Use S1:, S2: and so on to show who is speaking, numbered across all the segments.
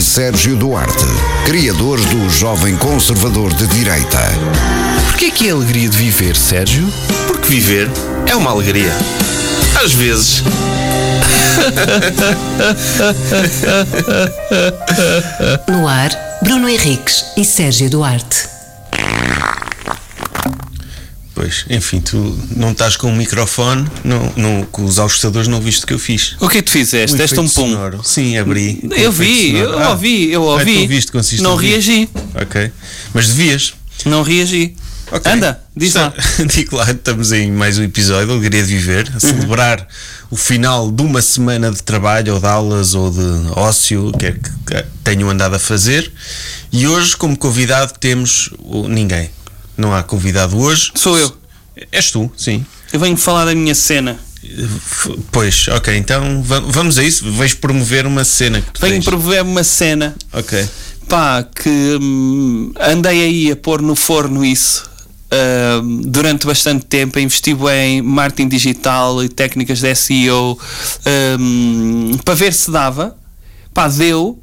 S1: Sérgio Duarte, criador do Jovem Conservador de Direita.
S2: Porquê que é a alegria de viver, Sérgio?
S3: Porque viver é uma alegria. Às vezes.
S4: No ar, Bruno Henriques e Sérgio Duarte.
S3: Pois, enfim, tu não estás com o microfone, não, não, com os ajustadores não viste o que eu fiz.
S2: O que é que tu fizeste? Deste um
S3: efeito
S2: pum.
S3: sonoro. Sim, abri. Com
S2: Eu
S3: efeito
S2: vi,
S3: sonoro.
S2: eu
S3: Ah,
S2: ouvi, eu
S3: ah,
S2: ouvi.
S3: tu viste, consiste
S2: não
S3: em vir.
S2: reagi,
S3: Ok. Mas devias.
S2: não reagi.
S3: Ok.
S2: Anda, diz
S3: Está-
S2: lá.
S3: Digo lá, estamos em mais um episódio, Alegria de Viver, a celebrar o final de uma semana de trabalho, ou de aulas, ou de ócio, o que é que que tenham andado a fazer. E hoje, como convidado, temos o- ninguém. Não há convidado hoje.
S2: Sou eu.
S3: És tu, sim.
S2: Eu venho falar da minha cena.
S3: F- Pois, ok, então va- vamos a isso. Vais promover uma cena que tu
S2: Venho
S3: tens.
S2: promover uma cena.
S3: Ok.
S2: Pá, que hum, andei aí a pôr no forno isso hum, durante bastante tempo. Investi bem em marketing digital e técnicas de SEO hum, para ver se dava. Pá, deu.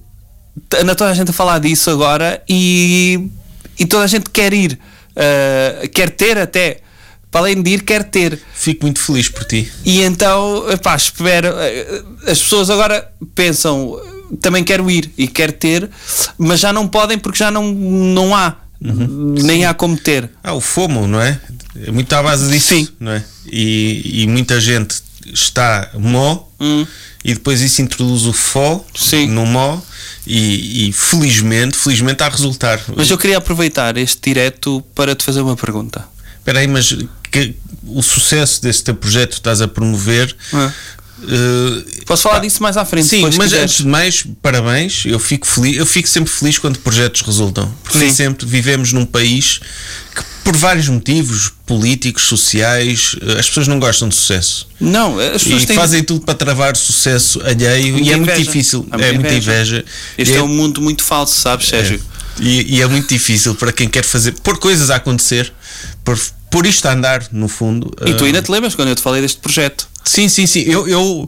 S2: T- Anda toda a gente a falar disso agora e, e toda a gente quer ir, ah, quer ter até. Para além de ir, quer ter.
S3: Fico muito feliz por ti.
S2: E então, pá, espero. eh, As pessoas agora pensam, também quero ir e quero ter, mas já não podem porque já não, não há.
S3: Uhum.
S2: Nem há como ter.
S3: Ah, o FOMO, não é? É muito à base disso,
S2: Sim.
S3: não é? E, e muita gente está mó e depois isso introduz o fó
S2: Hum. Sim.
S3: no mó e, e felizmente, felizmente está a resultar.
S2: Mas eu queria aproveitar este direto para te fazer uma pergunta.
S3: Espera aí, mas que- o sucesso desse teu projeto que estás a promover...
S2: Ah.
S3: eh,
S2: Posso falar
S3: pá,
S2: disso mais à frente?
S3: Sim,
S2: depois, se
S3: mas
S2: quiseres.
S3: antes de mais, parabéns. Eu fico feliz, eu fico sempre feliz quando projetos resultam, porque nem
S2: Sim.
S3: sempre vivemos num país que por vários motivos políticos, sociais, eh, as pessoas não gostam de sucesso
S2: Não, as pessoas
S3: e
S2: têm.
S3: fazem tudo para travar sucesso alheio e
S2: muita
S3: é muito
S2: inveja.
S3: difícil,
S2: Há
S3: é muita inveja.
S2: Este
S3: E
S2: é...
S3: é-
S2: um mundo muito falso, sabes, Sérgio?
S3: e, e é muito difícil para quem quer fazer pôr coisas a acontecer, por, por isto a andar no fundo.
S2: E tu
S3: eh,
S2: ainda te lembras quando eu te falei deste projeto?
S3: Sim, sim, sim. Eu, eu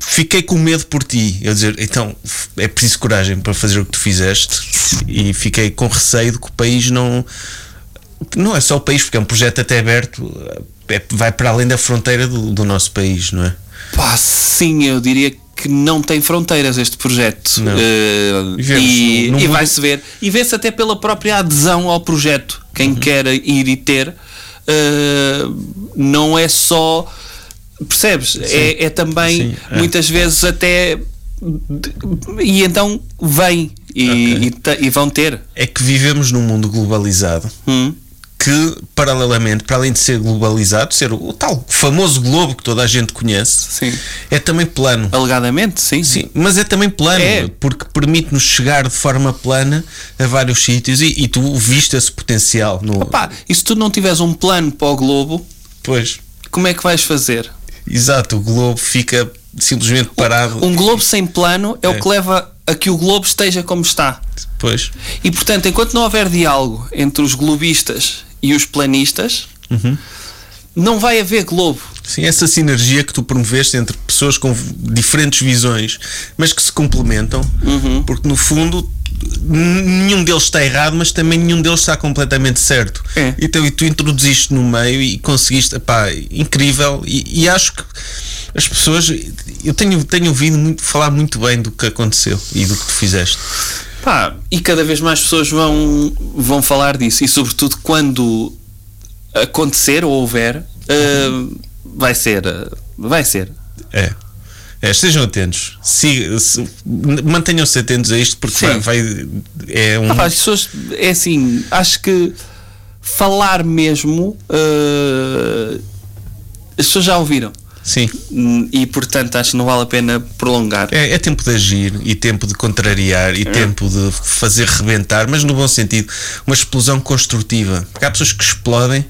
S3: fiquei com medo por ti. Eu dizer, então é preciso coragem para fazer o que tu fizeste e fiquei com receio de que o país não. Não é só o país, porque é um projeto até aberto, é- vai para além da fronteira do, do nosso país, não é?
S2: Pá, sim, eu diria que não tem fronteiras este projeto.
S3: Não.
S2: Eh,
S3: Vemos
S2: e
S3: num-
S2: e
S3: num-
S2: vai-se ver. E vê-se até pela própria adesão ao projeto. Quem
S3: Uhum.
S2: quer ir e ter, eh, não é só. Percebes? É, é também
S3: Sim, é.
S2: muitas vezes até. de- E então vem e, e te- e vão ter.
S3: É que vivemos num mundo globalizado
S2: Hum?
S3: que, paralelamente, para além de ser globalizado, ser o, o tal famoso globo que toda a gente conhece,
S2: Sim.
S3: é também plano.
S2: Alegadamente, sim.
S3: Sim, mas é também plano,
S2: É.
S3: porque permite-nos chegar de forma plana a vários sítios e, e tu viste esse potencial no.
S2: Pá, e se tu não tiveres um plano para o Globo,
S3: Pois,
S2: como é que vais fazer?
S3: exato, o globo fica simplesmente parado.
S2: Um globo sem plano é, o
S3: É.
S2: que leva a que o globo esteja como está.
S3: Pois,
S2: E portanto, enquanto não houver diálogo entre os globistas e os planistas, não vai haver globo.
S3: sim, essa sinergia que tu promoveste entre pessoas com diferentes visões, mas que se complementam,
S2: Uhum.
S3: porque no fundo. n- Nenhum deles está errado, mas também nenhum deles está completamente certo.
S2: É.
S3: Então, e tu introduziste no meio e conseguiste, pá, incrível. E, e acho que as pessoas, eu tenho, tenho ouvido muito, falar muito bem do que aconteceu e do que tu fizeste.
S2: Pá, e cada vez mais pessoas vão, vão falar disso. E sobretudo quando acontecer ou houver, ah, vai ser. ah, Vai ser.
S3: É. É, estejam atentos, Siga- se- mantenham-se atentos a isto porque vai,
S2: Sim.
S3: vai- é um.
S2: Ah, pá, as pessoas, é assim, acho que falar mesmo. ah, as pessoas já ouviram.
S3: sim,
S2: Hum, e portanto acho que não vale a pena prolongar.
S3: é, é tempo de agir e tempo de contrariar e tempo de fazer rebentar, mas no bom sentido, uma explosão construtiva. Porque há pessoas que explodem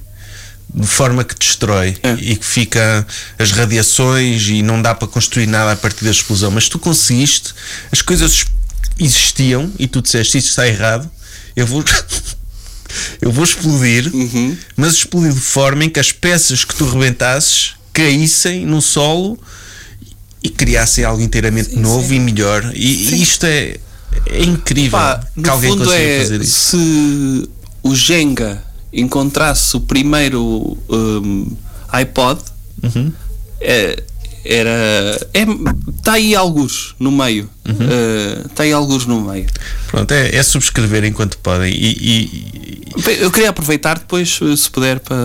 S3: de forma que destrói
S2: É.
S3: e que fica as radiações e não dá para construir nada a partir da explosão. Mas tu conseguiste, as coisas existiam e tu disseste isto está errado, eu vou. Eu vou explodir,
S2: Uhum.
S3: mas explodir de forma em que as peças que tu rebentasses caíssem no solo e criassem algo inteiramente novo e melhor. E, e isto é. É incrível
S2: Pá,
S3: que
S2: no
S3: alguém
S2: fundo
S3: consiga
S2: é
S3: fazer isso.
S2: se o Jenga encontrasse o primeiro hum, iPod,
S3: Uhum.
S2: é- era está aí alguns no meio,
S3: Uhum.
S2: está aí alguns no meio.
S3: Pronto, é, é subscrever enquanto podem. E, e-
S2: Bem, Eu queria aproveitar depois, eh, se puder, para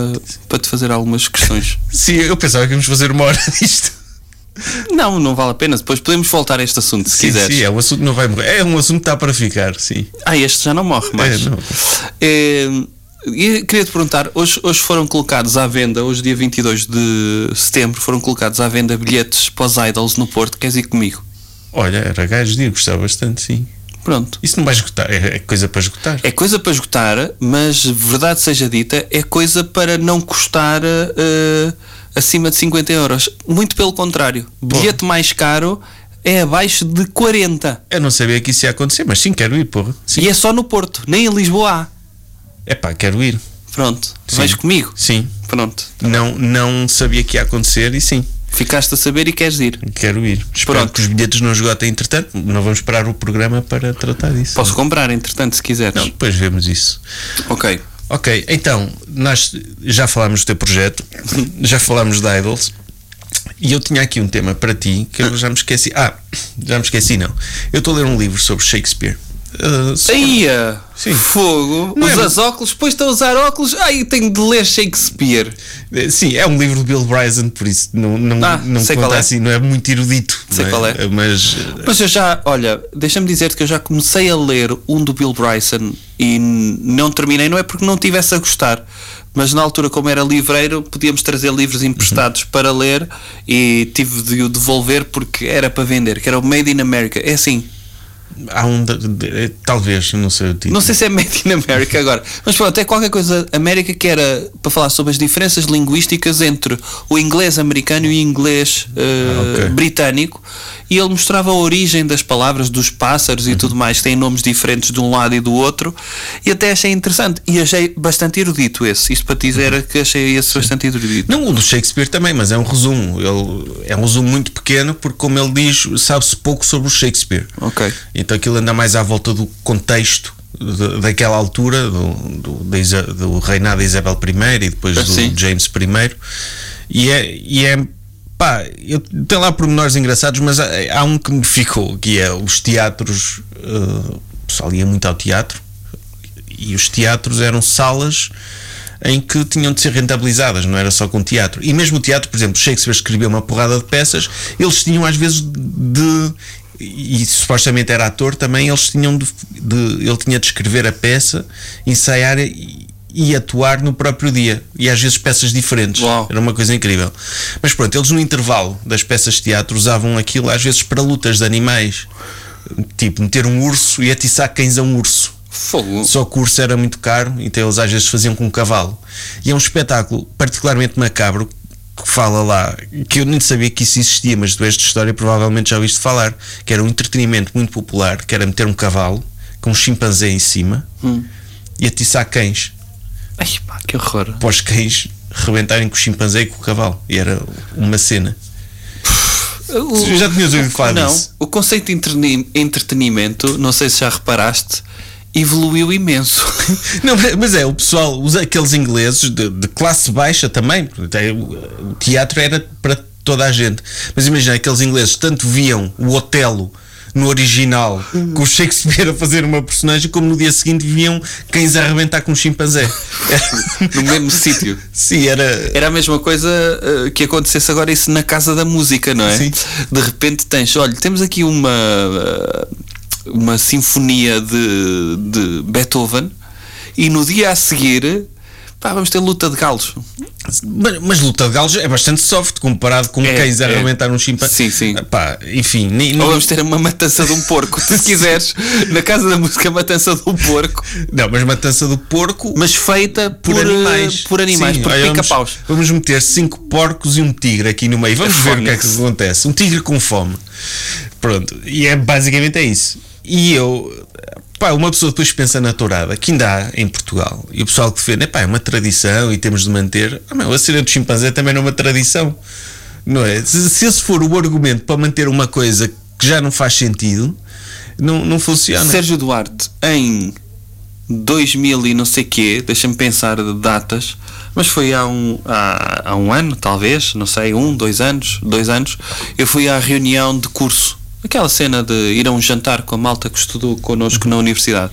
S2: para te fazer algumas questões.
S3: e- sim, eu pensava que íamos fazer uma hora disto.
S2: não, não vale a pena. Depois podemos voltar a este assunto se
S3: Sim,
S2: quiseres.
S3: sim, é um assunto que não vai morrer. É um assunto que está para ficar, sim.
S2: Ah, este já não morre mais.
S3: É, não.
S2: É, e queria te perguntar: hoje, hoje foram colocados à venda, hoje, dia 22 de setembro, foram colocados à venda bilhetes para os Idols no Porto. Queres ir comigo?
S3: Olha, era gajo de ir, gostava bastante, sim.
S2: Pronto.
S3: Isso não vai esgotar, é, é coisa para esgotar.
S2: É coisa para esgotar, mas verdade seja dita, é coisa para não custar eh, acima de 50 euros. Muito pelo contrário, bilhete mais caro é abaixo de 40.
S3: Eu não sabia que isso ia acontecer, mas sim, quero ir, porra. Sim.
S2: E é só no Porto, nem em Lisboa há.
S3: É pá, quero ir.
S2: Pronto,
S3: Sim.
S2: vais comigo.
S3: Sim.
S2: Pronto,
S3: Não, não sabia que ia acontecer e sim,
S2: ficaste a saber e queres ir.
S3: quero ir. Espero
S2: Pronto.
S3: que os bilhetes não esgotem, entretanto, não vamos parar o programa para tratar disso.
S2: Posso comprar, entretanto, se quiseres.
S3: Não, depois vemos isso.
S2: Ok.
S3: Ok, então, nós já falámos do teu projeto, já falámos da Idols, e eu tinha aqui um tema para ti que eu já me esqueci. Ah, já me esqueci, não. Eu estou a ler um livro sobre Shakespeare. Ah, sobre-
S2: Aí, eh,
S3: Sim.
S2: fogo,
S3: Não é
S2: usas óculos, depois estão a usar óculos, ai, tenho de ler Shakespeare.
S3: Eh, Sim, é um livro de Bill Bryson, por isso não, não,
S2: Ah,
S3: não
S2: sei
S3: conta
S2: qual é.
S3: assim, não é muito erudito.
S2: Sei
S3: não
S2: qual é.
S3: Mas eh,
S2: Mas eu já, olha, deixa-me dizer-te que eu já comecei a ler um do Bill Bryson e n- não terminei, não é porque não tivesse a gostar, mas na altura, como era livreiro, podíamos trazer livros
S3: Uhum.
S2: emprestados para ler e tive de o devolver porque era para vender, que era o Made in America. É assim,
S3: há um. de- de- eh, talvez, não sei o título.
S2: Não sei se é Made in America agora, mas pronto, é qualquer coisa América que era para falar sobre as diferenças linguísticas entre o inglês americano e o inglês eh,
S3: Ah, ok.
S2: britânico e ele mostrava a origem das palavras, dos pássaros
S3: Uhum.
S2: e tudo mais, que têm nomes diferentes de um lado e do outro e até achei interessante e achei bastante erudito esse. Isto para te
S3: Uhum.
S2: dizer é que achei esse bastante erudito.
S3: Não, o do Shakespeare também, mas é um resumo. Ele, é um resumo muito pequeno, porque, como ele diz, sabe-se pouco sobre o Shakespeare.
S2: Ok.
S3: Então aquilo anda mais à volta do contexto de- daquela altura, do, do- da Isa- do reinado de Isabel I e depois
S2: Ah,
S3: do
S2: sim.
S3: James I. E é. E é pá, eu, tem lá pormenores engraçados, mas há, há um que me ficou, que é os teatros. eh, o pessoal ia muito ao teatro e os teatros eram salas em que tinham de ser rentabilizadas, não era só com teatro. E mesmo o teatro, por exemplo, Shakespeare escreveu uma porrada de peças, eles tinham às vezes de. E supostamente era ator também, eles tinham de. de- ele tinha de escrever a peça, ensaiar e, e atuar no próprio dia. E às vezes peças diferentes.
S2: Uau.
S3: Era uma coisa incrível. Mas pronto, eles no intervalo das peças de teatro usavam aquilo às vezes para lutas de animais. Tipo, meter um urso e atiçar cães a um urso.
S2: Fogo.
S3: Só que o curso era muito caro, então eles às vezes faziam com um cavalo. E é um espetáculo particularmente macabro que fala lá, que eu nem sabia que isso existia, mas tu és de história provavelmente já ouviste falar, que era um entretenimento muito popular, que era meter um cavalo com um chimpanzé em cima e atiçar cães,
S2: Ai, pá, que horror.
S3: para os cães rebentarem com o chimpanzé e com o cavalo. E era uma cena. Tu já tinhas ouvido falar
S2: Não,
S3: disso?
S2: o conceito de entreni- entretenimento, não sei se já reparaste, evoluiu imenso.
S3: Não, mas- mas é, o pessoal, os, aqueles ingleses de, de classe baixa também, até o, o teatro era para toda a gente. Mas imagina, aqueles ingleses tanto viam o Otelo no original
S2: Uhum.
S3: com o Shakespeare a fazer uma personagem, como no dia seguinte viam cães a arrebentar com um chimpanzé. Era-
S2: no mesmo sítio.
S3: Sim, era.
S2: Era a mesma coisa eh, que acontecesse agora isso na casa da música, não é?
S3: Sim.
S2: De repente tens, olha, temos aqui uma eh, uma sinfonia de, de Beethoven e no dia a seguir pá, vamos ter luta de galos.
S3: Mas, mas luta de galos é bastante soft comparado com
S2: É,
S3: cães a
S2: é.
S3: arrebentar um chimpanzé.
S2: Sim, sim.
S3: Pá, enfim, nem-
S2: Ou
S3: não,
S2: vamos ter uma matança de um porco, se quiseres, na casa da música matança de um porco,
S3: não, mas matança do porco.
S2: mas feita por,
S3: por, animais.
S2: eh, por animais,
S3: Sim,
S2: por
S3: olha, vamos-
S2: pica-paus.
S3: Vamos, meter cinco porcos e um tigre aqui no meio. Vamos ver o que é que se acontece. Um tigre com fome. Pronto. E é basicamente é isso. E eu. Pá, uma pessoa depois pensa na tourada, que ainda há em Portugal, e o pessoal que defende, pá, é uma tradição e temos de manter. Ah, não, a cena do chimpanzé também não é uma tradição, não é? Se, se esse for o argumento para manter uma coisa que já não faz sentido, não, não funciona.
S2: Sérgio Duarte, em 2000 e não sei quê, deixa-me pensar de datas, mas foi há um, há, há um ano, talvez, não sei, um, dois anos, dois anos, eu fui à reunião de curso. Aquela cena de ir a um jantar com a malta que estudou connosco na universidade.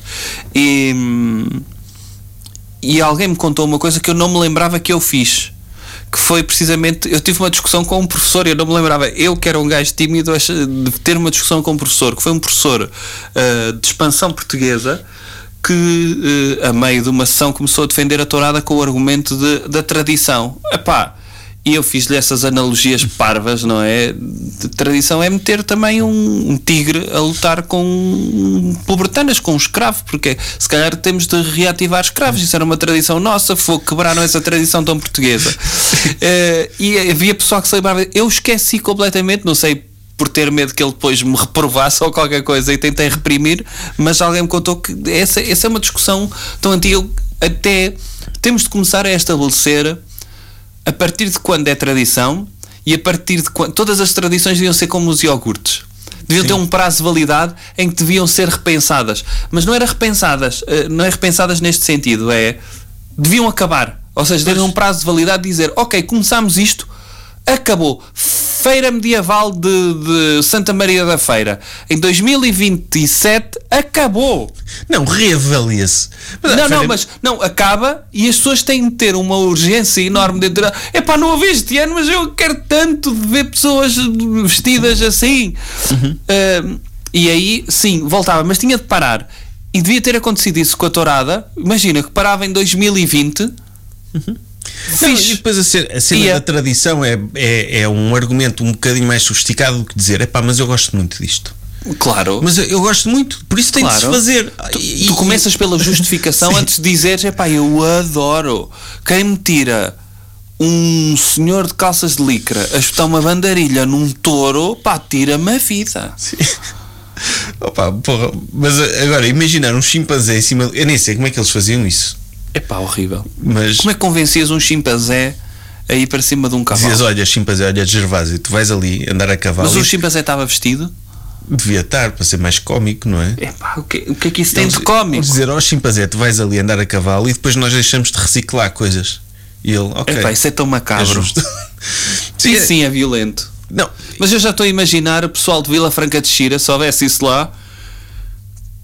S2: E, hum, e alguém me contou uma coisa que eu não me lembrava que eu fiz. Que foi precisamente. Eu tive uma discussão com um professor, eu não me lembrava. Eu, que era um gajo tímido, ach- de ter uma discussão com um professor, que foi um professor ah, de expansão portuguesa, que eh, a meio de uma sessão começou a defender a tourada com o argumento de- da tradição. Epá, e eu fiz-lhe essas analogias parvas, não é? De tradição é meter também um, um tigre a lutar com um pobretanas, com um escravo, porque se calhar temos de reativar escravos. Isso era uma tradição nossa, foi, quebraram essa tradição tão portuguesa. Eh, e havia pessoal que se lembrava, eu esqueci completamente, não sei por ter medo que ele depois me reprovasse ou qualquer coisa e tentei reprimir, mas alguém me contou que essa, essa é uma discussão tão antiga. Até temos de começar a estabelecer a partir de quando é tradição e a partir de quando. Todas as tradições deviam ser como os iogurtes. Deviam ter um prazo de validade em que deviam ser repensadas. Mas não era repensadas, eh, não é repensadas neste sentido, é. Deviam acabar. Ou seja, terem um prazo de validade e dizer, ok, começámos isto, acabou. Feira Medieval de, de Santa Maria da Feira. Em 2027, acabou.
S3: Não, reavalia-se. Mas,
S2: Não, não,
S3: Fred,
S2: mas não, acaba e as pessoas têm de ter uma urgência enorme dentro da. É pá, não a vi este ano, mas eu quero tanto de ver pessoas vestidas assim. Ah, e aí, sim, voltava, mas tinha de parar. E devia ter acontecido isso com a Tourada. Imagina que parava em 2020.
S3: Não,
S2: Fiz-
S3: Então, e depois a, ce- a cena
S2: Ia.
S3: da tradição é, é, é um argumento um bocadinho mais sofisticado do que dizer, epá, mas eu gosto muito disto.
S2: Claro.
S3: Mas eu, eu gosto muito, por isso tem de se
S2: Claro.
S3: fazer.
S2: Tu, tu começas pela justificação antes de dizeres, epá, eu adoro. Quem me tira um senhor de calças de licra a espetar uma bandarilha num touro, pá, tira-me a vida.
S3: Opa, porra, mas a- agora imaginar um chimpanzé em cima. Eu nem sei como é que eles faziam isso,
S2: Epá, horrível.
S3: mas
S2: Como é que convencias um chimpanzé a ir para cima de um cavalo?
S3: dizias: olha, chimpanzé, olha, Gervásio, tu vais ali andar a cavalo.
S2: Mas
S3: e
S2: o chimpanzé estava vestido?
S3: Devia estar para ser mais cómico, não é?
S2: Epá, o que, o que é que isso tem de
S3: Eles-
S2: cómico?
S3: eles dizer, ó chimpanzé, tu vais ali andar a cavalo e depois nós deixamos de reciclar coisas. E ele, ok.
S2: Epá, isso é tão
S3: é
S2: macabro.
S3: justo.
S2: sim,
S3: É-
S2: sim, é violento.
S3: Não,
S2: Mas eu já estou a imaginar o pessoal de Vila Franca de Xira, se houvesse isso lá.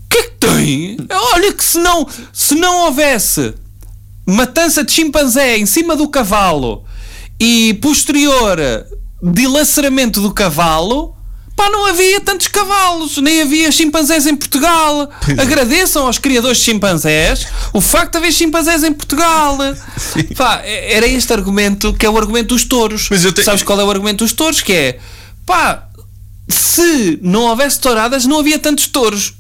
S2: O que é que tem? Olha que se não, se não houvesse matança de chimpanzé em cima do cavalo e posterior dilaceramento do cavalo, pá, não havia tantos cavalos, nem havia chimpanzés em Portugal.
S3: é.
S2: Agradeçam aos criadores de chimpanzés o facto de haver chimpanzés em Portugal. Pá, é- era este argumento que é o argumento dos touros.
S3: Mas eu te-
S2: Sabes qual é o argumento dos touros? Que é pá, se não houvesse touradas, não havia tantos touros.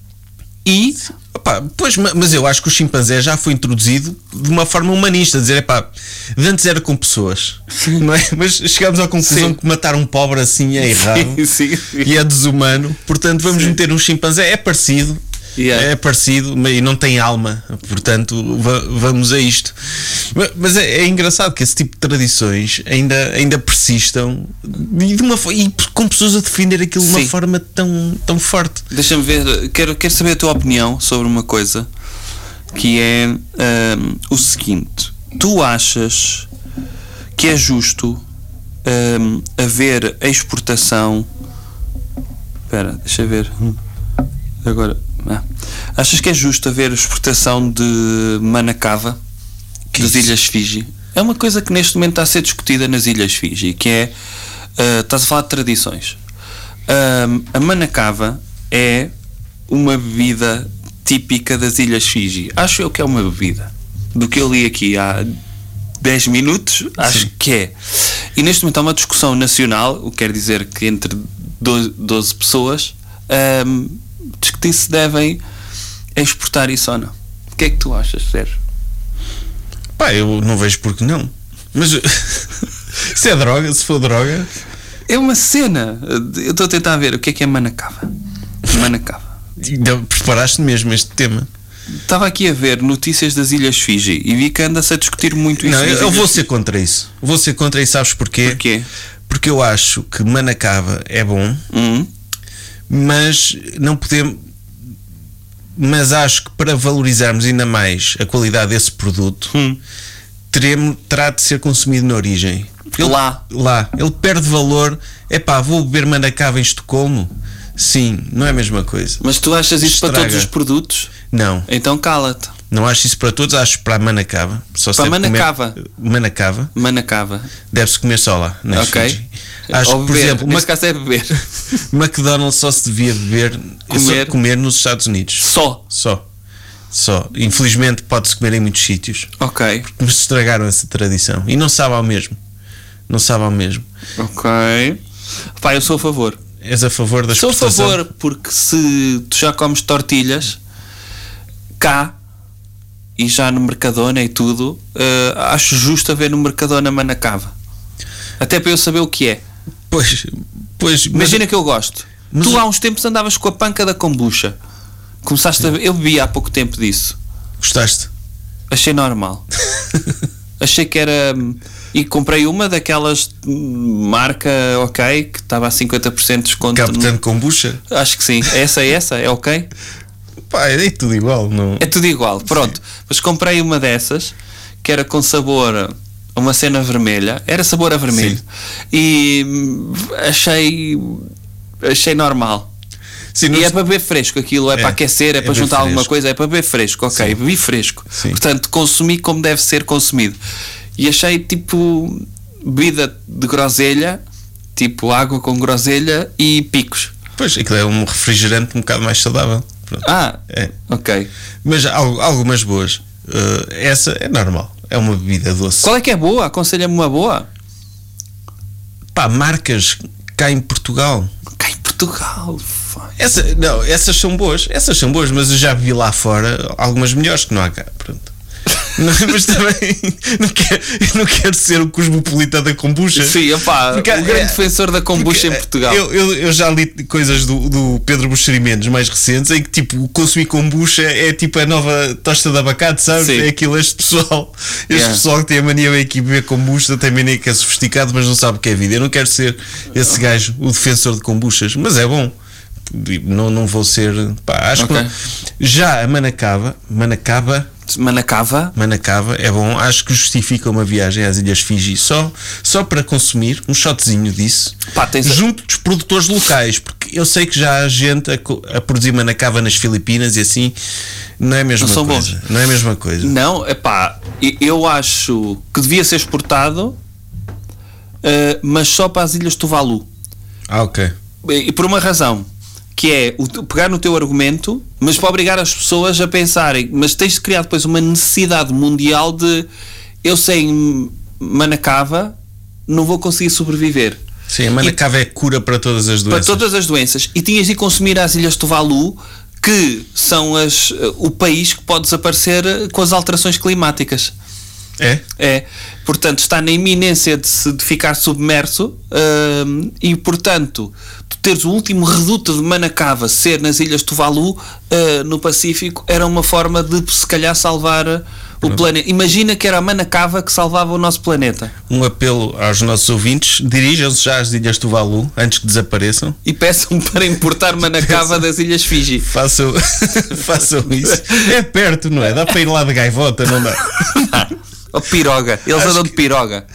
S2: E
S3: Epá, pois, ma- mas eu acho que o chimpanzé já foi introduzido de uma forma humanista, dizer, epá, de antes era com pessoas, não é? Mas chegámos à conclusão
S2: Sim.
S3: que matar um pobre assim é errado
S2: sim, sim.
S3: e é desumano, portanto vamos meter um chimpanzé, é parecido,
S2: Yeah.
S3: é parecido mas- e não tem alma, portanto va- vamos a isto. Ma- Mas é, é engraçado que esse tipo de tradições ainda, ainda persistam e, de uma, fo- e com pessoas a defender aquilo de uma
S2: Sim.
S3: forma tão, tão forte.
S2: Deixa-me ver, quero, quero saber a tua opinião sobre uma coisa que é ahm, o seguinte: tu achas que é justo ahm, haver a exportação? Espera, deixa eu ver. Agora, ah. achas que é justo haver exportação de manacava das
S3: isso?
S2: Ilhas Fiji? É uma coisa que neste momento está a ser discutida nas Ilhas Fiji, que é ah, estás a falar de tradições. Ahm, a manacava é uma bebida típica das Ilhas Fiji. Acho eu que é uma bebida. Do que eu li aqui há 10 minutos, acho que é. E neste momento há uma discussão nacional, o que quer dizer que entre 12, 12 pessoas ahm, discutir se devem exportar isso ou não. O que é que tu achas, Sérgio?
S3: Pá, eu não vejo porque não. Mas se é droga, se for droga.
S2: É uma cena. Eu estou a tentar ver o que é que é manacava. Manacava.
S3: ainda Preparaste mesmo este tema.
S2: Estava aqui a ver notícias das Ilhas Fiji e vi que anda-se a discutir muito isso.
S3: Não, eu,
S2: nas
S3: eu
S2: Ilhas
S3: vou ser contra isso. Vou ser contra e sabes porquê?
S2: Porquê?
S3: Porque eu acho que Manacava é bom,
S2: Hum,
S3: mas não podemos. mas acho que para valorizarmos ainda mais a qualidade desse produto,
S2: Hum.
S3: teremos, terá de ser consumido na origem.
S2: Lá.
S3: Lá. Ele perde valor. É pá, vou beber Manacava em Estocolmo? Sim, não é a mesma coisa.
S2: Mas tu achas isso para
S3: Estraga.
S2: todos os produtos?
S3: Não,
S2: Então cala-te.
S3: não acho isso para todos, acho para a Manacava. Só se
S2: Para
S3: deve comer-
S2: Manacava?
S3: Manacava,
S2: Manacava.
S3: deve-se comer só lá, nas
S2: Ok.
S3: Fiji. Acho
S2: Ou
S3: que, por
S2: beber.
S3: exemplo,
S2: Neste
S3: uma
S2: caso é beber.
S3: McDonald's só se devia beber
S2: Comer.
S3: comer, comer nos Estados Unidos.
S2: Só.
S3: Só. Só. Infelizmente pode-se comer em muitos sítios.
S2: Ok.
S3: Mas estragaram essa tradição. E não sabe ao mesmo. Não sabe ao mesmo.
S2: Ok. Pá, eu sou a favor.
S3: És a favor da
S2: Sou a
S3: exportação?
S2: favor porque se tu já comes tortilhas cá e já no Mercadona e tudo, eh, acho justo haver no Mercadona Manacava. Até para eu saber o que é.
S3: Pois, pois mas-
S2: Imagina que eu gosto.
S3: mas-
S2: tu há uns tempos andavas com a panca da kombucha. Começaste a ver. Eu bebi há pouco tempo disso.
S3: gostaste.
S2: Achei normal. Achei que era. hum, E comprei uma daquelas hum, marca ok, que estava a 50% de desconto.
S3: Capitão um Kombucha?
S2: Acho que sim. Essa é essa, é ok?
S3: Pá, é tudo igual, não?
S2: É tudo igual, pronto. Mas comprei uma dessas que era com sabor a uma cena vermelha, era sabor a vermelho. E hum, achei achei normal.
S3: Sim, não
S2: E é
S3: se-
S2: para beber fresco aquilo, é,
S3: É,
S2: para aquecer, é,
S3: é
S2: para
S3: beber
S2: juntar alguma
S3: fresco.
S2: coisa, é para beber fresco, ok, bebi fresco.
S3: Sim.
S2: Portanto, consumi como deve ser consumido. E achei tipo bebida de groselha, tipo água com groselha e picos.
S3: Pois, aquilo é um refrigerante um bocado mais saudável. Pronto.
S2: Ah,
S3: É.
S2: ok.
S3: Mas há al- algumas boas. Uh, essa é normal. É uma bebida doce.
S2: Qual é que é boa? Aconselha-me uma boa?
S3: Pá, marcas cá em Portugal.
S2: Cá em Portugal, fuck.
S3: Essa, não, essas são boas, essas são boas, mas eu já vi lá fora algumas melhores que não há cá. Pronto. Não, mas também não quero, eu não quero ser o cosmopolita da kombucha.
S2: Sim, opá,
S3: Porque,
S2: o grande
S3: é,
S2: defensor da kombucha em
S3: porque,
S2: Portugal.
S3: Eu, eu, eu já li coisas do, do Pedro Buxeri Mendes mais recentes em que tipo consumir kombucha é tipo a nova tosta de abacate, sabes?
S2: Sim.
S3: É aquilo este pessoal, este
S2: Yeah.
S3: pessoal que tem a mania de aqui beber kombucha, tem mania que é sofisticado, mas não sabe o que é vida. Eu não quero ser esse gajo, o defensor de kombuchas, mas é bom. Tipo, Não, não vou ser. Pá, acho
S2: Ok.
S3: que não. já a Manacaba, Manacaba
S2: Manacava?
S3: Manacava é bom, acho que justifica uma viagem às Ilhas Fiji só, só para consumir um shotzinho disso
S2: Pá, tens a-
S3: junto dos produtores locais, porque eu sei que já há gente a, co- a produzir manacava nas Filipinas e assim não é a mesma
S2: Não são
S3: coisa. Não é a mesma coisa.
S2: Não, epá, e- eu acho que devia ser exportado, eh, mas só para as Ilhas Tuvalu.
S3: Ah, ok.
S2: E por uma razão, que é o te- pegar no teu argumento, mas para obrigar as pessoas a pensarem, mas tens de criar depois uma necessidade mundial de eu sem Manacava não vou conseguir sobreviver.
S3: Sim, a manacava é cura para todas as
S2: para
S3: doenças.
S2: todas as doenças e tinhas de consumir as Ilhas Tuvalu que são as, eh, o país que pode desaparecer eh, com as alterações climáticas.
S3: É?
S2: É, portanto, está na iminência de, se, de ficar submerso hum, e, portanto, tu teres o último reduto de Manacava ser nas Ilhas Tuvalu, eh, no Pacífico, era uma forma de, se calhar, salvar uh, o planeta. Imagina que era a Manacava que salvava o nosso planeta.
S3: Um apelo aos nossos ouvintes: dirijam-se já às Ilhas Tuvalu antes que desapareçam.
S2: E peçam para importar Manacava das Ilhas Fiji.
S3: Façam, façam isso. É perto, não é? Dá para ir lá de gaivota, não dá?
S2: Ou Oh, piroga. Eles
S3: Acho
S2: andam de piroga.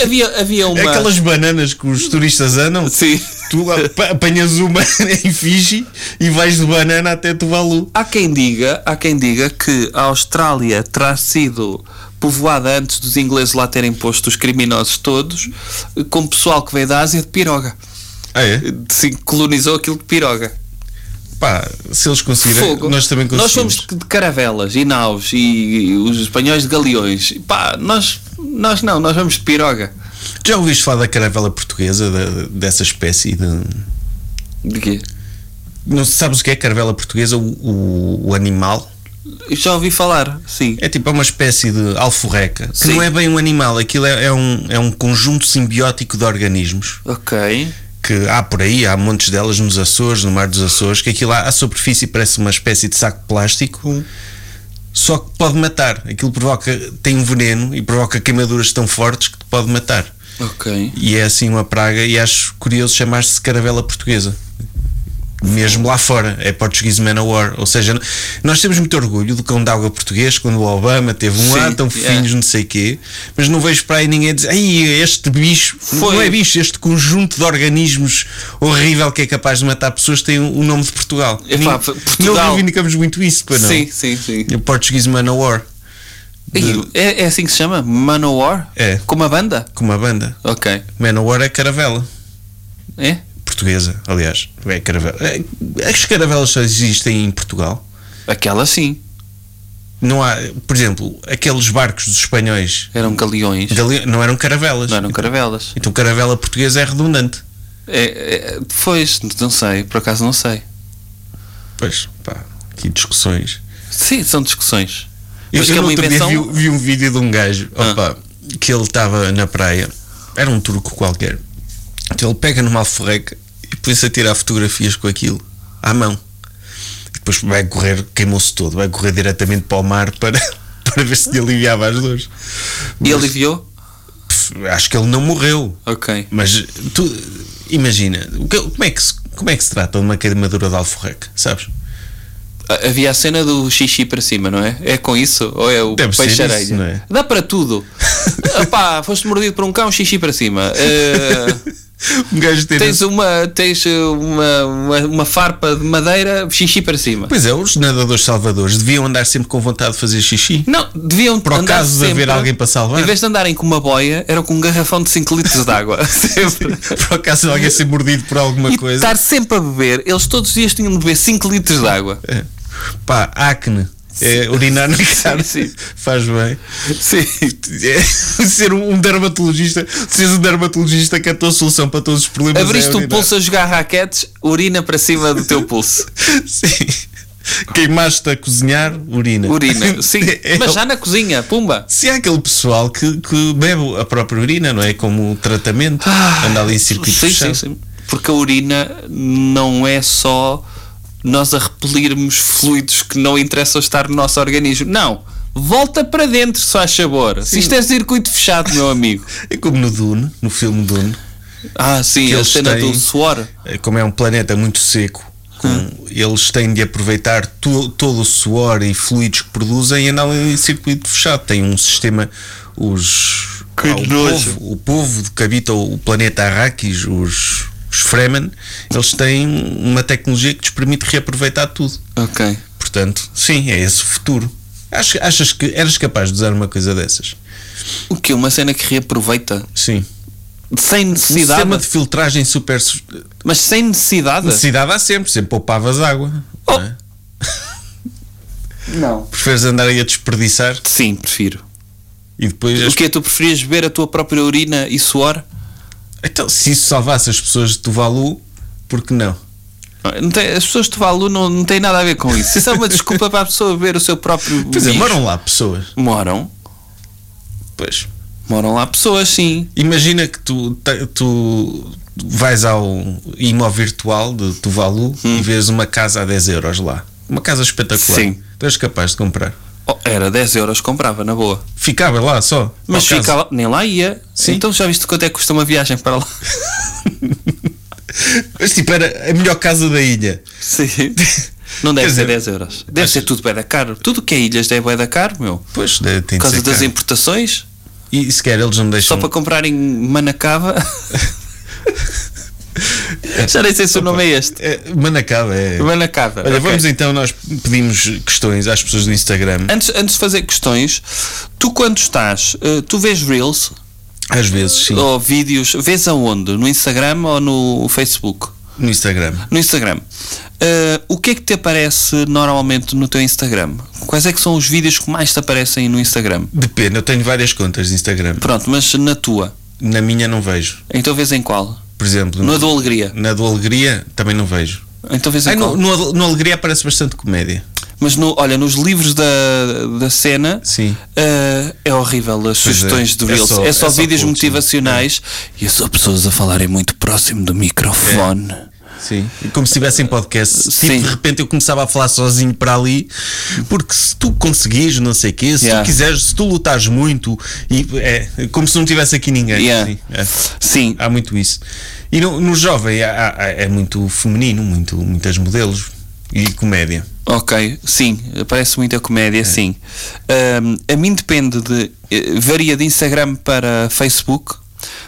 S2: Havia, havia uma.
S3: É aquelas bananas que os turistas andam.
S2: Sim.
S3: Tu apa- apanhas uma em Fiji e vais de banana até Tuvalu.
S2: Há quem diga, há quem diga que a Austrália terá sido povoada antes dos ingleses lá terem posto os criminosos todos, com pessoal que veio da Ásia de piroga.
S3: Ah, é?
S2: Se colonizou aquilo de piroga.
S3: Pá, se eles conseguirem,
S2: Fogo.
S3: né? nós também
S2: Nós
S3: conseguimos.
S2: somos de caravelas e naus e, os espanhóis de galeões. Pá, nós, nós não, nós vamos de piroga.
S3: Já ouviste falar da caravela portuguesa, da- dessa espécie? De...
S2: De quê?
S3: Não sabes o que é caravela portuguesa, o, o- o animal?
S2: Já ouvi falar, sim.
S3: É tipo é uma espécie de alforreca, que
S2: Sim.
S3: não é bem um animal, aquilo é, é um, é um conjunto simbiótico de organismos.
S2: Ok.
S3: que há por aí, há montes delas nos Açores, no Mar dos Açores, que aquilo lá, à superfície parece uma espécie de saco de plástico, só que pode matar. Aquilo provoca, tem um veneno e provoca queimaduras tão fortes que te pode matar.
S2: Ok.
S3: E é assim uma praga, e acho curioso chamar-se caravela portuguesa. mesmo lá fora, é Portuguese Manowar. Ou seja, nós temos muito orgulho do cão d'água português, quando o Obama teve um
S2: Sim, é.
S3: ano, tão
S2: yeah.
S3: filhos, não sei o quê, mas não vejo para aí ninguém dizer, ai, este bicho,
S2: Foi.
S3: não é bicho, este conjunto de organismos horrível que é capaz de matar pessoas tem o nome de Portugal.
S2: Epá,
S3: Nin-
S2: Portugal-
S3: Não reivindicamos muito isso, para não.
S2: Sim, sim, sim.
S3: O Portuguese Manowar,
S2: Ih, É, é assim que se chama? Manowar?
S3: É.
S2: Com uma banda?
S3: com uma banda.
S2: Ok.
S3: Manowar é caravela.
S2: É?
S3: Portuguesa, aliás. É caravela. É- As caravelas só existem em Portugal.
S2: Aquela sim.
S3: Não há, por exemplo, aqueles barcos dos espanhóis
S2: Eram galeões.
S3: Gali- não eram caravelas.
S2: Não eram caravelas.
S3: Então caravela portuguesa é redundante.
S2: É, é, pois, não sei. Por acaso não sei.
S3: Pois, pá, que discussões.
S2: Sim, são discussões. Mas
S3: eu
S2: que é
S3: no
S2: uma
S3: outro
S2: invenção.
S3: dia vi, vi um vídeo de um gajo
S2: Ah.
S3: opa, que ele estava na praia, era um turco qualquer. Então ele pega numa alforreca e põe-se a tirar fotografias com aquilo à mão. E depois vai correr, queimou-se todo, vai correr diretamente para o mar para, para ver se lhe aliviava as dores.
S2: E
S3: Mas,
S2: aliviou?
S3: pff, Acho que ele não morreu.
S2: Ok.
S3: Mas tu imagina, o que- como é que se, como é que se trata de uma queimadura de alforreca? Sabes?
S2: Ah, Havia a cena do xixi para cima, não é? É com isso? Ou é o
S3: Deve ser isso,
S2: peixe areia?
S3: não é?
S2: Dá para tudo. Epá, foste mordido por um cão, xixi para cima. Eh,
S3: Um gajo ter
S2: tens uma, tens eh, uma, uma, uma farpa de madeira, xixi para cima.
S3: Pois é, os nadadores salvadores deviam andar sempre com vontade de fazer xixi.
S2: Não, deviam
S3: Por
S2: andar
S3: acaso de
S2: sempre,
S3: haver alguém para salvar?
S2: Em vez de andarem com uma boia, eram com um garrafão de 5 litros de água. sempre.
S3: Por acaso alguém ser mordido por alguma
S2: E
S3: coisa.
S2: estar sempre a beber, eles todos os dias tinham de beber 5 litros de água.
S3: É. Pá, acne. É, urinar na cara
S2: sim.
S3: faz bem.
S2: Sim.
S3: É, ser um, um dermatologista, seres um dermatologista que é a tua solução para todos os problemas. é
S2: Abriste o
S3: urinar.
S2: pulso a jogar raquetes, urina para cima do teu pulso.
S3: Sim. Queimaste a cozinhar, urina.
S2: Urina, sim.
S3: É,
S2: Mas já na cozinha, pumba.
S3: Se há aquele pessoal que, que bebe a própria urina, não é? Como tratamento, Ah, anda ali em circuito
S2: Ah, Sim,
S3: fechado.
S2: sim, sim. Porque a urina não é só nós a repelirmos fluidos que não interessam estar no nosso organismo. Não. Volta para dentro, se faz sabor. Se isto é circuito fechado, meu amigo.
S3: É como no Dune, no filme Dune,
S2: Ah, sim,
S3: Que
S2: a
S3: eles
S2: cena
S3: têm-
S2: do suor.
S3: é como é um planeta muito seco, com-
S2: Hum.
S3: eles têm de aproveitar to- todo o suor e fluidos que produzem e andam ali em circuito fechado. Tem um sistema, os.
S2: Que
S3: o,
S2: nojo.
S3: povo, o povo que habita o planeta Arrakis, os, os Fremen, eles têm uma tecnologia que lhes permite reaproveitar tudo.
S2: Ok.
S3: Portanto, sim, é esse o futuro. Achas, achas que eras capaz de usar uma coisa dessas?
S2: O que? Uma cena que reaproveita.
S3: Sim.
S2: Sem
S3: Um sistema
S2: necessidade.
S3: de filtragem super. su-
S2: Mas sem necessidade.
S3: Necessidade há sempre, sempre poupavas água.
S2: Oh.
S3: Não é?
S2: Não.
S3: Preferes andar aí a desperdiçar
S2: Sim, prefiro.
S3: e depois.
S2: O que é? Tu preferias beber a tua própria urina e suor?
S3: Então, se isso salvasse as pessoas de Tuvalu, por que não?
S2: Não tem- as pessoas de Tuvalu não, não têm nada a ver com isso. Isso é uma desculpa para a pessoa beber o seu próprio.
S3: Pois é,
S2: bicho.
S3: moram lá pessoas.
S2: Moram.
S3: Pois.
S2: Moram lá pessoas, sim.
S3: Imagina que tu, te- tu vais ao imóvel virtual de Tuvalu
S2: Hum.
S3: e vês uma casa a 10 euros lá. Uma casa espetacular.
S2: Sim.
S3: Tu és capaz de comprar.
S2: Oh, era 10 euros, comprava, na boa.
S3: Ficava lá só.
S2: Mas
S3: ao caso.
S2: ficava. Nem lá ia.
S3: Sim.
S2: Então já viste quanto é que custa uma viagem para lá?
S3: Mas tipo, era a melhor casa da ilha.
S2: Sim. Não
S3: Quer
S2: deve
S3: dizer,
S2: ser 10 euros. Deve
S3: acho-
S2: ser tudo bem da caro. Tudo que é ilhas é bem da caro, meu.
S3: Pois, de- tem
S2: Por
S3: de
S2: causa
S3: ser
S2: das
S3: é caro.
S2: importações,
S3: E sequer eles não deixam.
S2: só para comprarem Manacava. Já nem sei se o nome é este.
S3: É, Manacaba é.
S2: Manacava.
S3: Olha,
S2: ok.
S3: vamos então, nós pedimos questões às pessoas do Instagram.
S2: Antes, antes de fazer questões, tu quando estás, eh, tu vês Reels
S3: Às vezes, sim.
S2: ou vídeos, vês aonde? No Instagram ou no Facebook?
S3: No Instagram.
S2: No Instagram. Eh, o que é que te aparece normalmente no teu Instagram? Quais é que são os vídeos que mais te aparecem no Instagram?
S3: Depende, eu tenho várias contas de Instagram.
S2: Pronto, mas na tua.
S3: Na minha não vejo.
S2: Então vês em qual?
S3: Por exemplo,
S2: No do Alegria.
S3: na do Alegria também não vejo.
S2: Então vês em
S3: Ai,
S2: qual?
S3: no, no, no Alegria aparece bastante comédia.
S2: Mas no, olha, nos livros da, da cena
S3: Sim.
S2: eh, é horrível as sugestões
S3: é,
S2: de
S3: é
S2: Reels. É
S3: só-
S2: só,
S3: é só
S2: vídeos é
S3: coaching.
S2: motivacionais e é só pessoas a falarem muito próximo do microfone.
S3: Sim. Como se estivesse em podcast. Tipo,
S2: Sim.
S3: de repente eu começava a falar sozinho para ali, porque se tu conseguires, não sei o quê, se
S2: Yeah.
S3: tu quiseres, se tu lutares muito, e é como se não tivesse aqui ninguém.
S2: Yeah.
S3: Sim, é.
S2: Sim,
S3: Há muito isso. E no, no jovem há- há- há- é muito feminino, muito, muitas modelos e comédia.
S2: ok, sim, parece muita comédia, sim. Ahm, a mim depende de. eh, varia de Instagram para Facebook,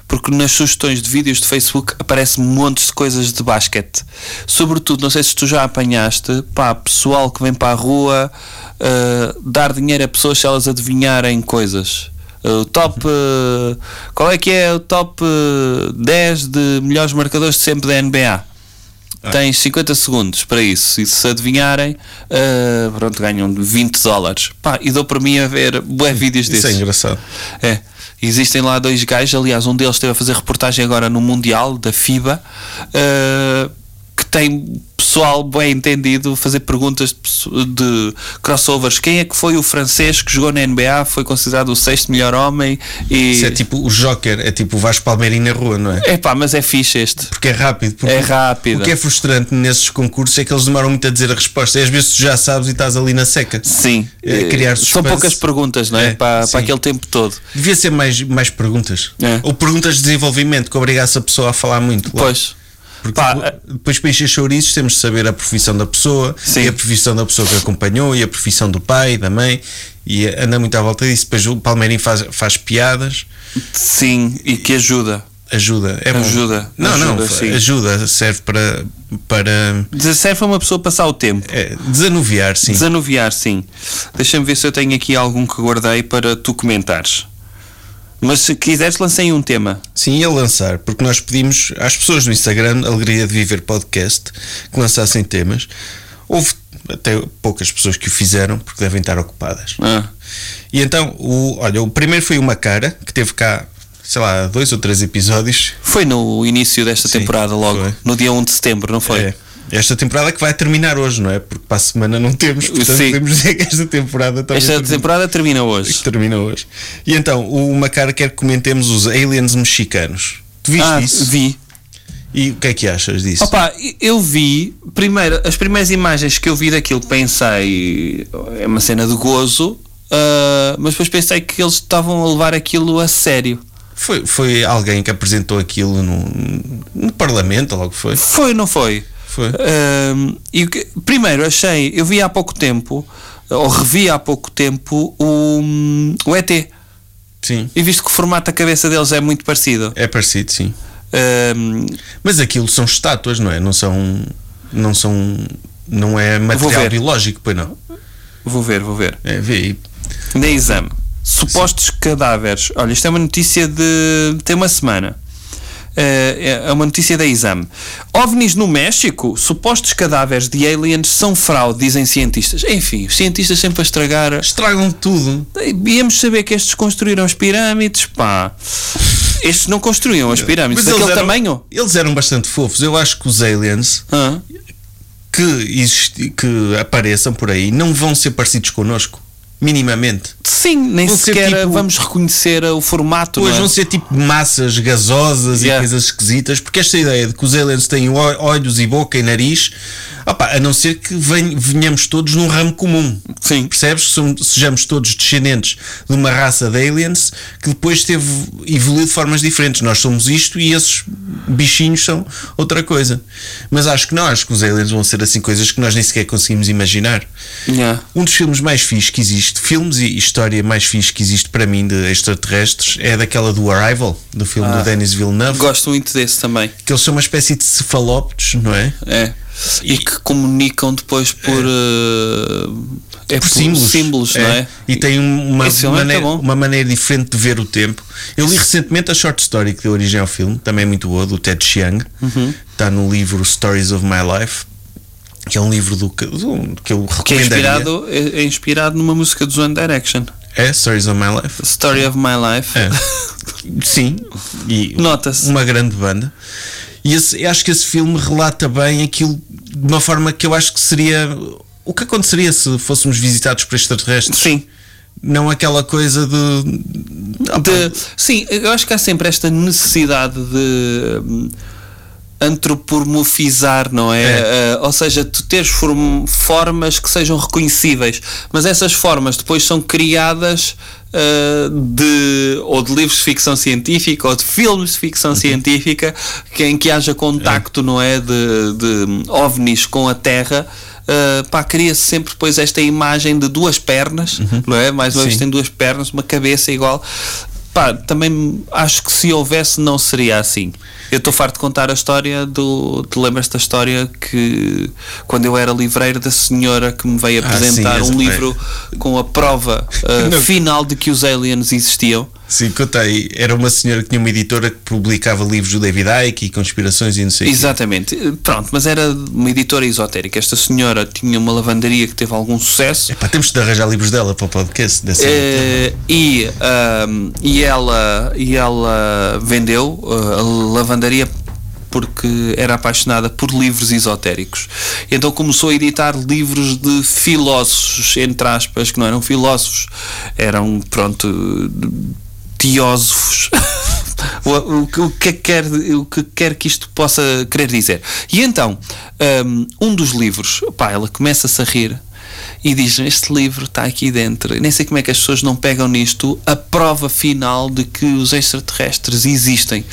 S2: porque nas sugestões de vídeos de Facebook aparecem montes de coisas de basquete. Sobretudo, não sei se tu já apanhaste, pá, pessoal que vem para a rua ah, dar dinheiro a pessoas se elas adivinharem coisas. Ah, O top. eh, Qual é que é o top eh, 10 de melhores marcadores de sempre da NBA? Tens 50 Ah. segundos para isso. E se adivinharem, ah, pronto, ganham 20 dólares. Pá, e dou para mim a ver bué vídeos
S3: Isso é
S2: desses.
S3: engraçado.
S2: É. Existem lá dois gajos, aliás, um deles esteve a fazer reportagem agora no Mundial da FIBA, ah, que tem pessoal bem entendido a fazer perguntas de, pesso- de crossovers. Quem é que foi o francês que jogou na NBA? Foi considerado o sexto melhor homem? E...
S3: Isso é tipo o Joker, é tipo o Vasco Palmeirinho na rua, não é?
S2: Epá, mas é fixe este.
S3: Porque é rápido. Porque
S2: É rápido.
S3: O que é frustrante nesses concursos é que eles demoram muito a dizer a resposta. E às vezes tu já sabes e estás ali na seca.
S2: Sim,
S3: É, criar
S2: Eh, são
S3: suspense.
S2: poucas perguntas, não é?
S3: É,
S2: para,
S3: sim.
S2: para aquele tempo todo.
S3: Devia ser mais, mais perguntas.
S2: É.
S3: Ou perguntas de desenvolvimento que obrigasse a pessoa a falar muito. lá.
S2: Pois,
S3: Porque
S2: Pá,
S3: depois- depois para encher chouriços temos de saber a profissão da pessoa
S2: Sim.
S3: e a profissão da pessoa que acompanhou e a profissão do pai, da mãe e anda muito à volta disso. Depois o Palmeirinho faz, faz piadas,
S2: sim, e que ajuda.
S3: ajuda. É bom.
S2: Ajuda,
S3: Não, não,
S2: ajuda, sim.
S3: ajuda. Serve para, para
S2: Serve a uma pessoa passar o tempo.
S3: é, desanuviar, sim.
S2: Desanuviar, sim. Deixa-me ver se eu tenho aqui algum que guardei para tu comentares. Mas se quiseres, lancei um tema.
S3: Sim, ia lançar, porque nós pedimos às pessoas do Instagram, Alegria de Viver Podcast, que lançassem temas. Houve até poucas pessoas que o fizeram, porque devem estar ocupadas.
S2: Ah,
S3: E então, o, olha, o primeiro foi uma cara que teve cá, sei lá, dois ou três episódios.
S2: foi no início desta
S3: Sim,
S2: temporada, logo,
S3: foi.
S2: no dia 1 de setembro, não foi?
S3: É, esta temporada que vai terminar hoje, não é? Porque para a semana não temos, portanto
S2: Sim.
S3: podemos dizer que esta temporada está
S2: Esta temporada termina hoje.
S3: que termina hoje. E então, o uma cara quer que comentemos os aliens mexicanos. Tu viste
S2: ah,
S3: isso?
S2: vi.
S3: E o que é que achas disso?
S2: Opa, eu vi, primeiro, as primeiras imagens que eu vi daquilo pensei, é uma cena de gozo, ah, mas depois pensei que eles estavam a levar aquilo a sério.
S3: Foi, foi alguém que apresentou aquilo no, no Parlamento, logo foi.
S2: Foi, não foi?
S3: Foi.
S2: Ahm, e o que- primeiro, achei, eu vi há pouco tempo, ou revi há pouco tempo, o, o ET.
S3: Sim.
S2: E visto que o formato da cabeça deles é muito parecido. Ah,
S3: É parecido, sim.
S2: Ahm,
S3: Mas aquilo são estátuas, não é? Não são. Não são. Não é material
S2: ver.
S3: biológico, pois não.
S2: vou ver, vou ver.
S3: É, vê aí.
S2: Na exame. Supostos cadáveres. Olha, isto é uma notícia de. tem uma semana. Eh, É uma notícia da exame. OVNIs no México? Supostos cadáveres de aliens são fraude, dizem cientistas. Enfim, os cientistas sempre a estragar.
S3: Estragam tudo.
S2: Íamos saber que estes construíram as pirâmides, pá. Estes não construíam as pirâmides Ah, daquele
S3: eram,
S2: tamanho.
S3: Eles eram bastante fofos. Eu acho que os aliens
S2: Hã?
S3: que, existi- que apareçam por aí não vão ser parecidos connosco. Minimamente.
S2: Sim, nem
S3: Vão ser
S2: sequer
S3: tipo-
S2: vamos reconhecer o formato.
S3: Pois
S2: não é?
S3: vão ser tipo massas gasosas e
S2: Yeah.
S3: coisas esquisitas, porque esta ideia de que os aliens têm ó- olhos e boca e nariz, opá, a não ser que ven- venhamos todos num ramo comum.
S2: Sim.
S3: Percebes? Som- Sejamos todos descendentes de uma raça de aliens que depois teve evoluído de formas diferentes. Nós somos isto e esses bichinhos são outra coisa. Mas acho que não, acho que os aliens vão ser assim coisas que nós nem sequer conseguimos imaginar.
S2: Yeah.
S3: Um dos filmes mais fixe que existe, filmes e história mais fixe que existe para mim de extraterrestres, é daquela do Arrival, do filme do Denis Villeneuve,
S2: Ah. Gosto muito desse também.
S3: que eles são uma espécie de cefalópodes, não é?
S2: É. E, que comunicam depois por. eh, é
S3: Por Tipo símbolos.
S2: não é?
S3: E tem um- uma,
S2: Esse filme é
S3: maneira,
S2: muito bom.
S3: uma maneira diferente de ver o tempo. Eu li recentemente a short story que deu origem ao filme, também é muito boa, do Ted Chiang.
S2: Uhum.
S3: Está no livro Stories of My Life, que é um livro do, que- do- que eu recomendo.
S2: Que é inspirado, é, é inspirado numa música dos One Direction.
S3: É, Stories of My Life.
S2: Story of My Life.
S3: É. Sim, e
S2: Nota-se.
S3: uma grande banda. E esse- eu acho que esse filme relata bem aquilo de uma forma que eu acho que seria o que aconteceria se fôssemos visitados por extraterrestres.
S2: Sim.
S3: Não aquela coisa de. Ah, pá,
S2: De- sim, eu acho que há sempre esta necessidade de. hum, antropomorfizar, não é?
S3: É.
S2: Uh, ou seja, tu tens form- formas que sejam reconhecíveis, mas essas formas depois são criadas uh, de ou de livros de ficção científica ou de filmes de ficção científica que, em que haja contacto, não Uhum. é? De, de ovnis com a Terra. Uh, pá, cria-se sempre depois esta imagem de duas pernas, não é? Mais uma vez
S3: Sim.
S2: tem duas pernas, uma cabeça igual. Pá, também acho que se houvesse não seria assim. Eu estou farto de contar a história do. Te lembras da história que quando eu era livreiro da senhora que me veio
S3: Ah, sim,
S2: apresentar
S3: essa
S2: um
S3: foi.
S2: livro com a prova uh,
S3: Não.
S2: final de que os aliens existiam?
S3: Sim, conta aí. Era uma senhora que tinha uma editora que publicava livros do David Icke e conspirações e não sei o quê.
S2: Exatamente. Eh, Pronto, mas era uma editora esotérica. Esta senhora tinha uma lavandaria que teve algum sucesso.
S3: Epá, temos de arranjar livros dela para o podcast. Dessa
S2: Eh, e, ahm, e, ela, e ela vendeu eh, a lavandaria porque era apaixonada por livros esotéricos. Então começou a editar livros de filósofos, entre aspas, que não eram filósofos, eram, pronto, teósofos. o, o que- o que quer, o que quer que isto possa querer dizer. E então, hum, um dos livros, pá, ela começa-se a rir e diz: Este livro está aqui dentro. Nem sei como é que as pessoas não pegam nisto a prova final de que os extraterrestres existem.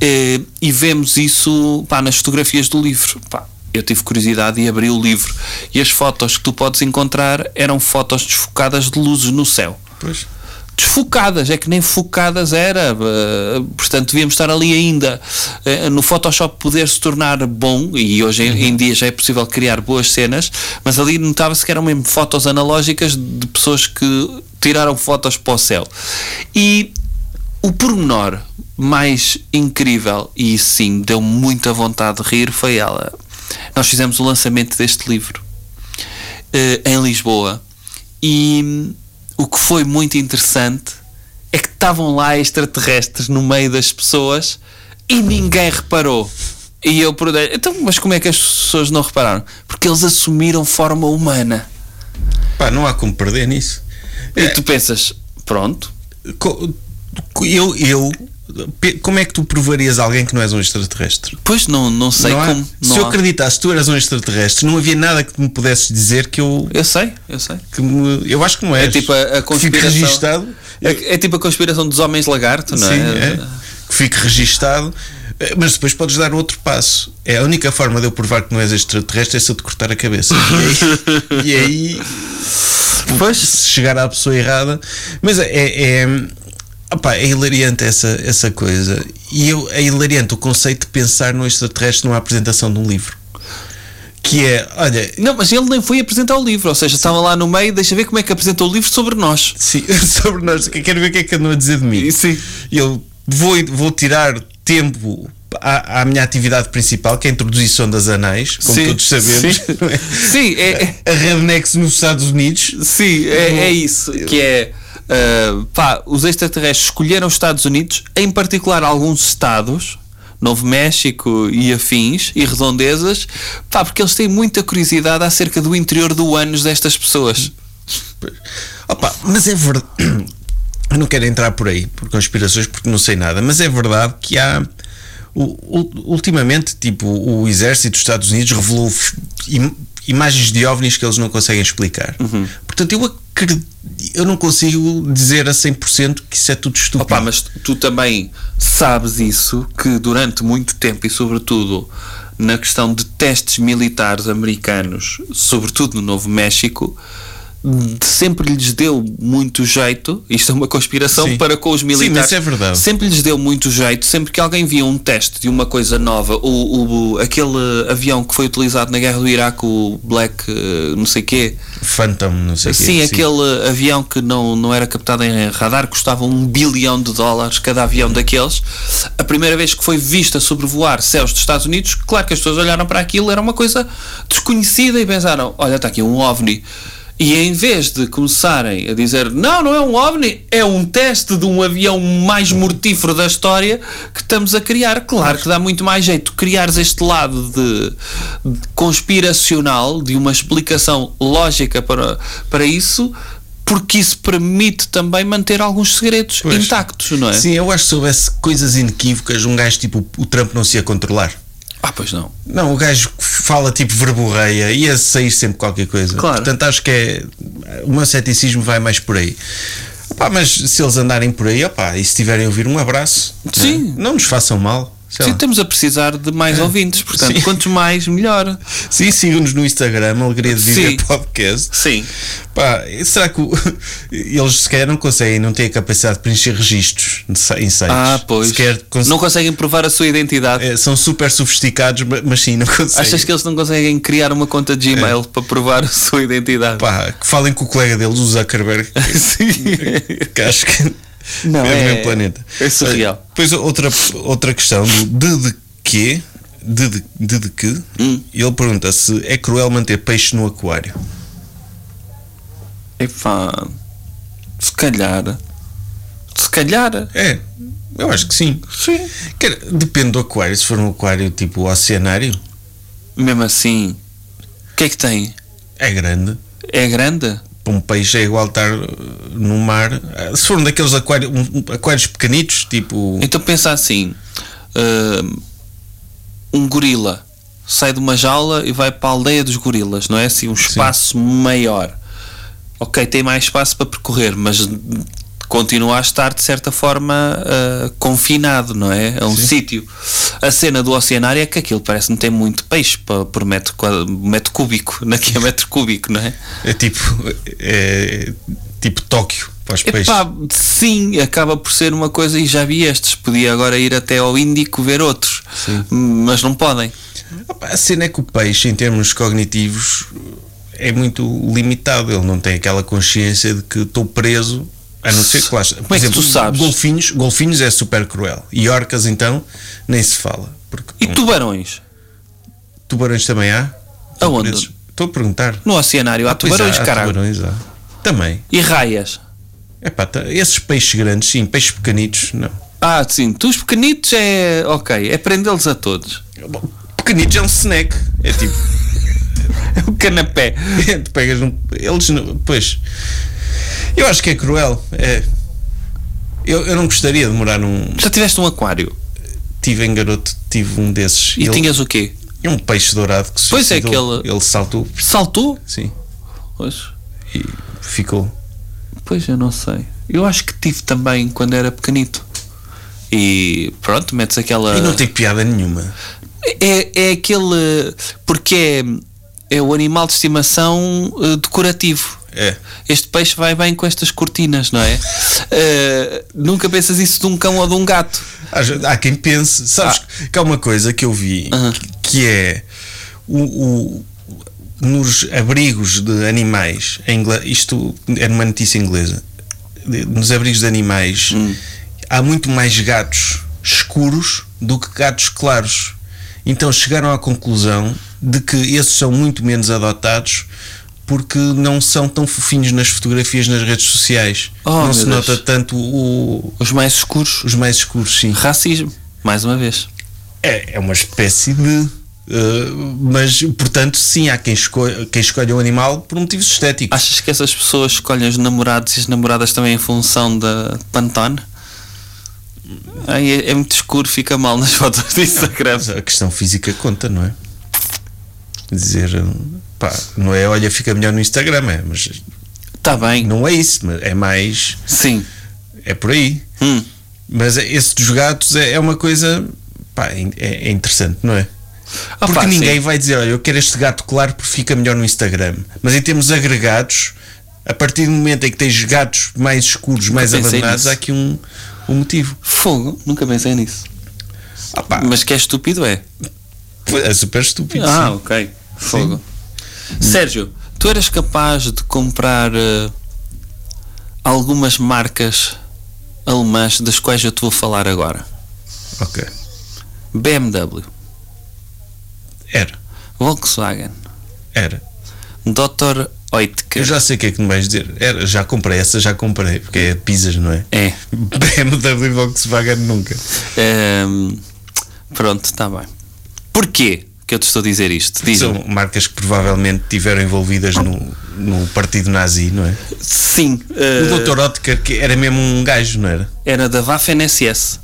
S2: Eh, E vemos isso pá, nas fotografias do livro. Pá, eu tive curiosidade e abri o livro. E as fotos que tu podes encontrar eram fotos desfocadas de luzes no céu
S3: Pois.
S2: desfocadas, é que nem focadas era, eh, portanto devíamos estar ali ainda. Eh, No Photoshop poder-se tornar bom, e hoje em, em dia já é possível criar boas cenas, mas ali notava-se que eram mesmo fotos analógicas de pessoas que tiraram fotos para o céu. E o pormenor mais incrível, e sim, deu muita vontade de rir, foi ela. Nós fizemos o lançamento deste livro eh, em Lisboa. E hum, o que foi muito interessante é que estavam lá extraterrestres no meio das pessoas e ninguém reparou. E eu perguntei, então, mas como é que as pessoas não repararam? Porque eles assumiram forma humana.
S3: Pá, não há como perder nisso.
S2: E tu pensas, pronto,
S3: Co- co- Eu, eu, pe- como é que tu provarias a alguém que não és um extraterrestre?
S2: pois não, não sei
S3: Não há-
S2: como. não
S3: Se eu
S2: há."
S3: acreditasse que tu eras um extraterrestre, não havia nada que me pudesses dizer que eu.
S2: Eu sei, eu sei.
S3: que me- eu acho que não
S2: É
S3: és.
S2: tipo a- a
S3: Que Fique
S2: conspiração.
S3: registado.
S2: É, é tipo a conspiração dos homens lagarto, não
S3: Sim,
S2: é?
S3: é. Que fique registado. Eh, Mas depois podes dar outro passo. É a única forma de eu provar que não és extraterrestre é se eu te cortar a cabeça. E aí, e aí, se chegar à pessoa errada. Mas é. é, opá, é hilariante essa, essa coisa. E eu, é hilariante o conceito de pensar no extraterrestre numa apresentação de um livro. Que é, olha,
S2: Não, mas ele nem foi apresentar o livro, ou seja, estavam lá no meio, deixa ver como é que apresentou o livro sobre nós.
S3: Sim, sobre nós. que Quero ver o que é que andam a dizer de mim.
S2: Sim.
S3: Eu vou, vou tirar tempo à, à minha atividade principal, que é a introdução das anais, como
S2: Sim,
S3: todos sabemos.
S2: sim. Sim, é- é-
S3: A Rednex nos Estados Unidos.
S2: Sim, é,
S3: Uhum.
S2: é isso. Que é. ah, pá, os extraterrestres escolheram os Estados Unidos, em particular alguns estados, Novo México e afins, e redondezas, pá, porque eles têm muita curiosidade acerca do interior do ânus destas pessoas.
S3: Opa, mas é verdade. Eu não quero entrar por aí, por conspirações, porque não sei nada, mas é verdade que há. u- u- Ultimamente, tipo, o exército dos Estados Unidos revelou f- im- imagens de ovnis que eles não conseguem explicar.
S2: Uhum.
S3: Portanto, eu, acred- eu não consigo dizer a 100% que isso é tudo estúpido.
S2: Opa, mas tu- tu também sabes isso, que durante muito tempo e sobretudo na questão de testes militares americanos, sobretudo no Novo México, de- sempre lhes deu muito jeito, isto é uma conspiração
S3: Sim.
S2: para com os militares,
S3: Sim, mas é verdade.
S2: sempre lhes deu muito jeito, sempre que alguém via um teste de uma coisa nova, o, o- aquele avião que foi utilizado na guerra do Iraque, o Black, eh, não sei quê,
S3: Phantom, não sei o quê,
S2: Sim, aquele avião que não, não era captado em radar, custava um bilhão de dólares cada avião daqueles. A primeira vez que foi vista sobrevoar céus dos Estados Unidos, claro que as pessoas olharam para aquilo, era uma coisa desconhecida e pensaram: olha, está aqui um OVNI. E em vez de começarem a dizer não, não é um OVNI, é um teste de um avião mais mortífero da história que estamos a criar. Claro que dá muito mais jeito criares este lado de, de conspiracional, de uma explicação lógica para, para isso, porque isso permite também manter alguns segredos
S3: Pois.
S2: intactos, não é?
S3: Sim, eu acho que se houvesse coisas inequívocas, um gajo tipo o Trump não se ia controlar.
S2: Ah, pois não.
S3: Não, o gajo que fala tipo verborreia, ia sair sempre qualquer coisa.
S2: Claro.
S3: Portanto, acho que é. O meu ceticismo vai mais por aí. Opá, mas se eles andarem por aí, opá, e se tiverem a ouvir, um abraço.
S2: Sim.
S3: Não, não nos façam mal. sei
S2: Sim,
S3: lá. É.
S2: estamos a precisar de mais ouvintes, portanto,
S3: Sim.
S2: quantos mais, melhor.
S3: Sim, sigam-nos no Instagram, Alegria de Viver
S2: Sim.
S3: Podcast.
S2: Sim.
S3: Pá, será que o- eles sequer não conseguem, não têm a capacidade de preencher registros em si- em sites?
S2: Ah, pois.
S3: Sequer cons-
S2: Não conseguem provar a sua identidade.
S3: eh, são super sofisticados, ma- mas sim, É. não conseguem.
S2: Achas que eles não conseguem criar uma conta de Gmail para provar a sua identidade?
S3: Pá, que falem com o colega deles, o Zuckerberg,
S2: Sim.
S3: que acho que
S2: Não,
S3: é, do
S2: é-
S3: mesmo planeta.
S2: é surreal.
S3: Depois outra, outra questão do de de quê? De de, de, de que?
S2: Hum.
S3: Ele pergunta se é cruel manter peixe no aquário.
S2: Epá, se calhar. Se calhar.
S3: É, eu acho que sim.
S2: Sim.
S3: Quer- depende do aquário, se for um aquário tipo oceanário,
S2: Mesmo assim, o que é que tem?
S3: é grande.
S2: É grande?
S3: Para um peixe é igual estar uh, no mar. Ah, Se for um daqueles aquários, aquários pequenitos, tipo.
S2: Então pensa assim: hum, um gorila sai de uma jaula e vai para a aldeia dos gorilas, não é? Assim, um espaço maior. Ok, tem mais espaço para percorrer, mas continua a estar de certa forma ah, confinado, não é? A um sítio. A cena do oceanário é que aquilo parece que não tem muito peixe pa- por metro, quadra- metro cúbico, naquele metro cúbico, não é?
S3: É tipo. É, tipo Tóquio para os peixes.
S2: Epá, sim, acaba por ser uma coisa e já vi estes. Podia agora ir até ao Índico ver outros, mas não podem.
S3: Opa, A cena é que o peixe, em termos cognitivos, é muito limitado. Ele não tem aquela consciência de que estou preso. A não ser que lá. Como
S2: é que tu sabes?
S3: Golfinhos, golfinhos é super cruel. E orcas, então, nem se fala. Porque
S2: E
S3: bom,
S2: tubarões?
S3: tubarões também há? Estão
S2: Aonde?
S3: presos? Estou a perguntar.
S2: No oceanário há
S3: Pois
S2: tubarões,
S3: há, há
S2: caralho.
S3: tubarões, há. Também.
S2: E raias?
S3: Epá, tá- esses peixes grandes, sim. Peixes pequenitos, não.
S2: Ah, sim, tu os pequenitos é. Ok, é prendê-los a todos.
S3: Bom, Pequenitos é um snack. É tipo.
S2: É o canapé.
S3: tu pegas num. Eles não. Pois. Eu acho que é cruel. É. Eu, eu não gostaria de morar num.
S2: Já tiveste um aquário
S3: Tive em garoto, tive um desses.
S2: e
S3: ele,
S2: tinhas o quê?
S3: é um peixe dourado que se
S2: Pois é,
S3: suicidou.
S2: aquele-
S3: Ele saltou,
S2: Saltou?
S3: sim,
S2: Pois,
S3: e ficou.
S2: pois eu não sei. Eu acho que tive também quando era pequenito. E pronto, metes aquela.
S3: E não tem piada nenhuma.
S2: É, é aquele. Porque é, é o animal de estimação eh, decorativo.
S3: É.
S2: Este peixe vai bem com estas cortinas, não é? Eh, nunca pensas isso de um cão ou de um gato.
S3: Às vezes- Há quem pense, sabes que há uma coisa que eu vi
S2: Ah. Aham.
S3: que, que é o, o- nos abrigos de animais, em ingla- isto é numa notícia inglesa, de- nos abrigos de animais
S2: Hum.
S3: há muito mais gatos escuros do que gatos claros. Então chegaram à conclusão de que esses são muito menos adotados porque não são tão fofinhos nas fotografias nas redes sociais.
S2: Oh,
S3: não
S2: meu
S3: se
S2: Deus.
S3: nota tanto o-
S2: Os mais escuros.
S3: os mais escuros, sim.
S2: Racismo, mais uma vez.
S3: É, é uma espécie de. uh, mas, portanto, sim, há quem, escolha quem escolha o animal por motivos estéticos.
S2: Achas que essas pessoas escolhem os namorados e as namoradas também em função da Pantone? Ai, é, é muito escuro, fica mal nas fotos do Instagram.
S3: Mas a questão física conta, não é? Dizer, uh, pá, não é olha, fica melhor no Instagram, é, mas
S2: Está Tá bem,
S3: não é isso, mas é mais.
S2: sim.
S3: É por aí.
S2: Hum.
S3: Mas esse dos gatos é, é uma coisa. pá, é, é interessante, não é?
S2: Ah,
S3: Porque
S2: pá, sim.
S3: ninguém vai dizer, olha, eu quero este gato claro porque fica melhor no Instagram. Mas em termos agregados, a partir do momento em que tens gatos mais escuros, mais
S2: pensei
S3: abandonados,
S2: nisso.
S3: há aqui um, um motivo.
S2: Fogo, nunca pensei nisso.
S3: Ah, pá,
S2: Mas que é estúpido, é?
S3: é super estúpido.
S2: Ah,
S3: sim.
S2: ok. Fogo. Sérgio, tu eras capaz de comprar eh, algumas marcas alemãs das quais eu te vou falar agora.
S3: Ok.
S2: BMW,
S3: Era,
S2: Volkswagen,
S3: era.
S2: Dr. Oetker.
S3: Eu já sei o que é que me vais dizer. Era, já comprei, essa já comprei, porque é pizzas, não é?
S2: É.
S3: BMW e Volkswagen nunca.
S2: Ehm, pronto, está bem. Porquê que eu te estou a dizer isto? diz
S3: São marcas que provavelmente tiveram envolvidas no, no partido nazi, não é?
S2: Sim. eh,
S3: O Dr. Oetker que era mesmo um gajo, não era?
S2: era da Waffen SS.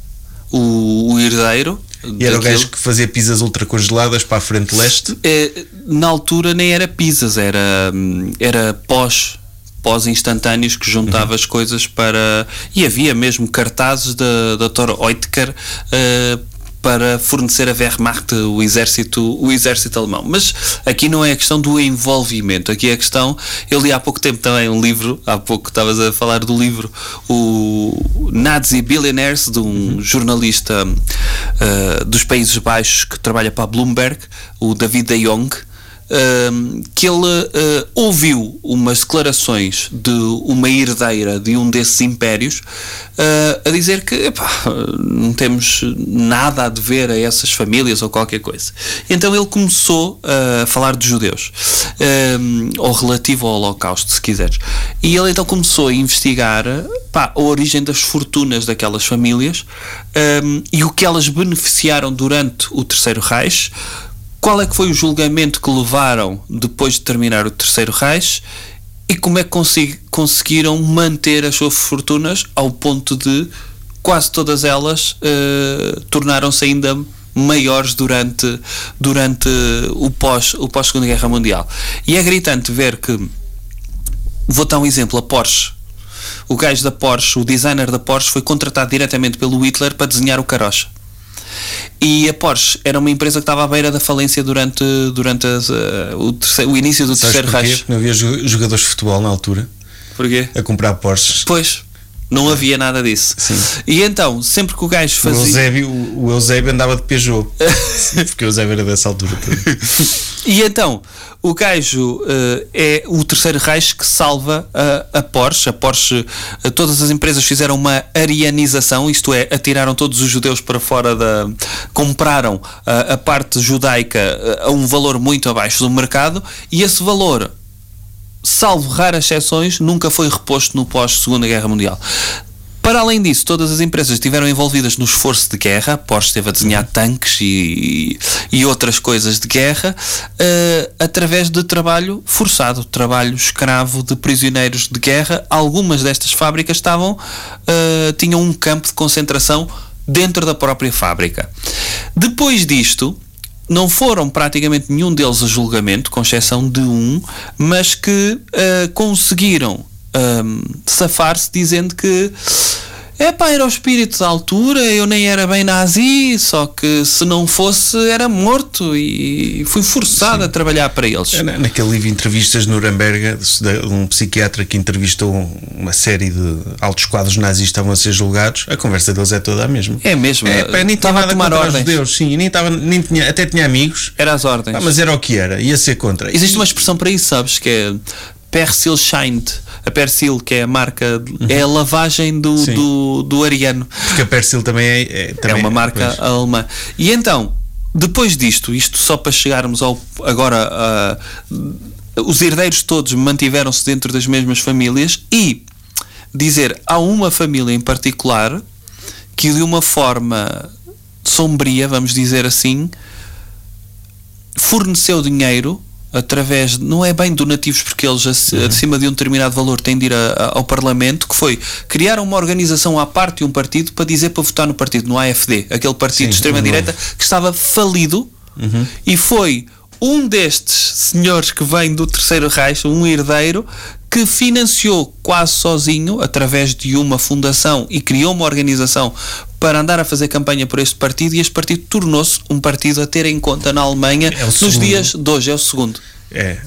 S2: O, o herdeiro
S3: E era o gajo
S2: daquilo.
S3: que fazia pizzas ultra congeladas para a frente leste.
S2: Eh, na altura nem era pizzas, era, hum, era pós pós instantâneos que juntava as coisas para e havia mesmo cartazes da da Dr. Oetker eh, para fornecer a Wehrmacht, o exército, o exército alemão. Mas aqui não é a questão do envolvimento, aqui é a questão. Eu li há pouco tempo também um livro, há pouco estavas a falar do livro, o Nazi Billionaires, de um jornalista eh, dos Países Baixos que trabalha para a Bloomberg, o David de Jong, um, que ele uh, ouviu umas declarações de uma herdeira de um desses impérios uh, a dizer que epá, não temos nada a dever a essas famílias ou qualquer coisa. Então ele começou uh, a falar de judeus, um, ou relativo ao Holocausto, se quiseres. E ele então começou a investigar pá, a origem das fortunas daquelas famílias um, e o que elas beneficiaram durante o Terceiro Reich qual é que foi o julgamento que levaram depois de terminar o terceiro Reich e como é que consi- conseguiram manter as suas fortunas ao ponto de quase todas elas eh, tornaram-se ainda maiores durante, durante o pós- o pós-Segunda Guerra Mundial. E é gritante ver que Vou dar um exemplo, a Porsche. O gajo da Porsche, o designer da Porsche, foi contratado diretamente pelo Hitler para desenhar o carocha. E a Porsche era uma empresa que estava à beira da falência durante, durante as, eh, o, terceiro- o início do
S3: Sabes
S2: terceiro
S3: porquê?
S2: Reich.
S3: Porque não havia jo- jogadores de futebol na altura
S2: Porquê?
S3: a comprar Porsches.
S2: Pois, não havia nada disso. E então, sempre que o gajo
S3: O
S2: fazia.
S3: Eusébio, o Eusébio andava de Peugeot. porque o Eusébio era dessa altura. também.
S2: E então, o gajo eh, é o terceiro Reich que salva a- a Porsche. A Porsche, eh, todas as empresas fizeram uma arianização, isto é, atiraram todos os judeus para fora da. compraram ah, a parte judaica ah, a um valor muito abaixo do mercado e esse valor salvo raras exceções, nunca foi reposto no pós-Segunda Guerra Mundial. Para além disso, todas as empresas estiveram envolvidas no esforço de guerra. A Porsche esteve a desenhar tanques e, e outras coisas de guerra eh, através de trabalho forçado, trabalho escravo de prisioneiros de guerra. Algumas destas fábricas estavam eh, tinham um campo de concentração dentro da própria fábrica. Depois disto, não foram praticamente nenhum deles a julgamento, com exceção de um, mas que ah, conseguiram ahm, safar-se dizendo que epá, era o espírito da altura, eu nem era bem nazi, só que se não fosse era morto e fui forçado a trabalhar para eles.
S3: Na- Naquele livro Entrevistas de Nuremberg, de um psiquiatra que entrevistou um- uma série de altos quadros nazis que estavam a ser julgados, a conversa deles é toda a mesma.
S2: É mesmo,
S3: É, pá, nem
S2: estava
S3: estava
S2: a tomar
S3: Os
S2: ordens.
S3: judeus, sim, nem estava, nem tinha, até tinha amigos,
S2: Era as ordens.
S3: pá, Ah, mas era o que era, ia ser contra.
S2: Existe uma expressão para isso, sabes? Que é Persil Shined. A Persil, que é a marca, é a lavagem do,
S3: Uhum. Sim.
S2: do, do ariano.
S3: Porque a Persil também é, é- também-
S2: é uma marca
S3: pois.
S2: alemã. E então, depois disto, isto só para chegarmos ao agora a- os herdeiros todos mantiveram-se dentro das mesmas famílias e dizer há uma família em particular que de uma forma sombria, vamos dizer assim, forneceu dinheiro através, não é bem donativos porque eles ac- acima de um determinado valor têm de ir a- a- ao Parlamento, que foi criar uma organização à parte e um partido para dizer para votar no partido, no AFD, aquele partido de extrema-direita que estava falido e foi um destes senhores que vem do terceiro Reich, um herdeiro, que financiou quase sozinho, através de uma fundação e criou uma organização para andar a fazer campanha por este partido e este partido tornou-se um partido a ter em conta na Alemanha
S3: É o
S2: nos
S3: segundo.
S2: dias de hoje, é o segundo.
S3: É.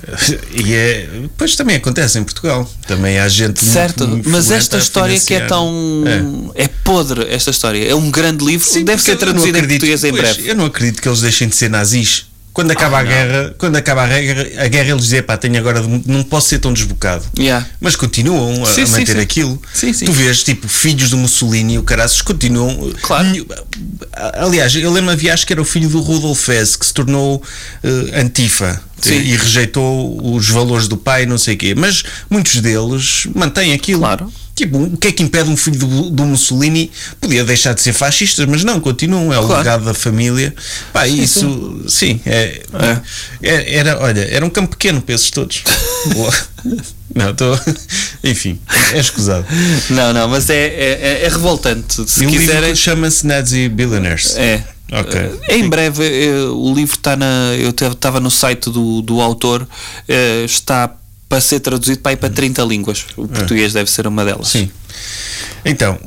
S3: E é. Pois também acontece em Portugal. Também há gente. muito
S2: certo, mas
S3: influente
S2: esta
S3: a
S2: história que é
S3: financiar.
S2: tão.
S3: É.
S2: É. podre, esta história. É um grande livro,
S3: Sim,
S2: deve
S3: porque
S2: ser
S3: eu não
S2: traduzido em
S3: acredito-
S2: português em
S3: pois,
S2: breve. Ah,
S3: Eu não acredito que eles deixem de ser nazis. Quando acaba a guerra, quando acaba a guerra, a guerra eles dizem, pá, tenho agora, de- não posso ser tão desbocado.
S2: Yeah.
S3: Mas continuam a,
S2: Sim,
S3: a
S2: sim,
S3: manter
S2: sim.
S3: aquilo.
S2: Sim, sim.
S3: Tu vês, tipo, filhos do Mussolini e o caraças continuam.
S2: Claro.
S3: Nenhum- Aliás, eu lembro, havia, acho que era o filho do Rudolf Hess que se tornou eh, antifa
S2: Sim.
S3: e, e rejeitou os valores do pai, não sei o quê. Mas muitos deles mantêm aquilo.
S2: Claro.
S3: Tipo, o que é que impede um filho do, do Mussolini? Podia deixar de ser fascista, mas não, continuam. É o
S2: Claro.
S3: legado da família. Pá, isso, sim, é, é- Era, olha, era um campo pequeno para esses todos. Boa. não, estou. Enfim, é escusado.
S2: Não, não, mas é, é, é- é revoltante. Se
S3: e o
S2: quiserem.
S3: livro chama-se Nazi Billionaires.
S2: É.
S3: Ok.
S2: Em breve, eh, o livro está na. Eu estava no site do, do autor, eh, está para ser traduzido para, aí para 30 línguas. O português deve ser uma delas.
S3: É. Sim. Então,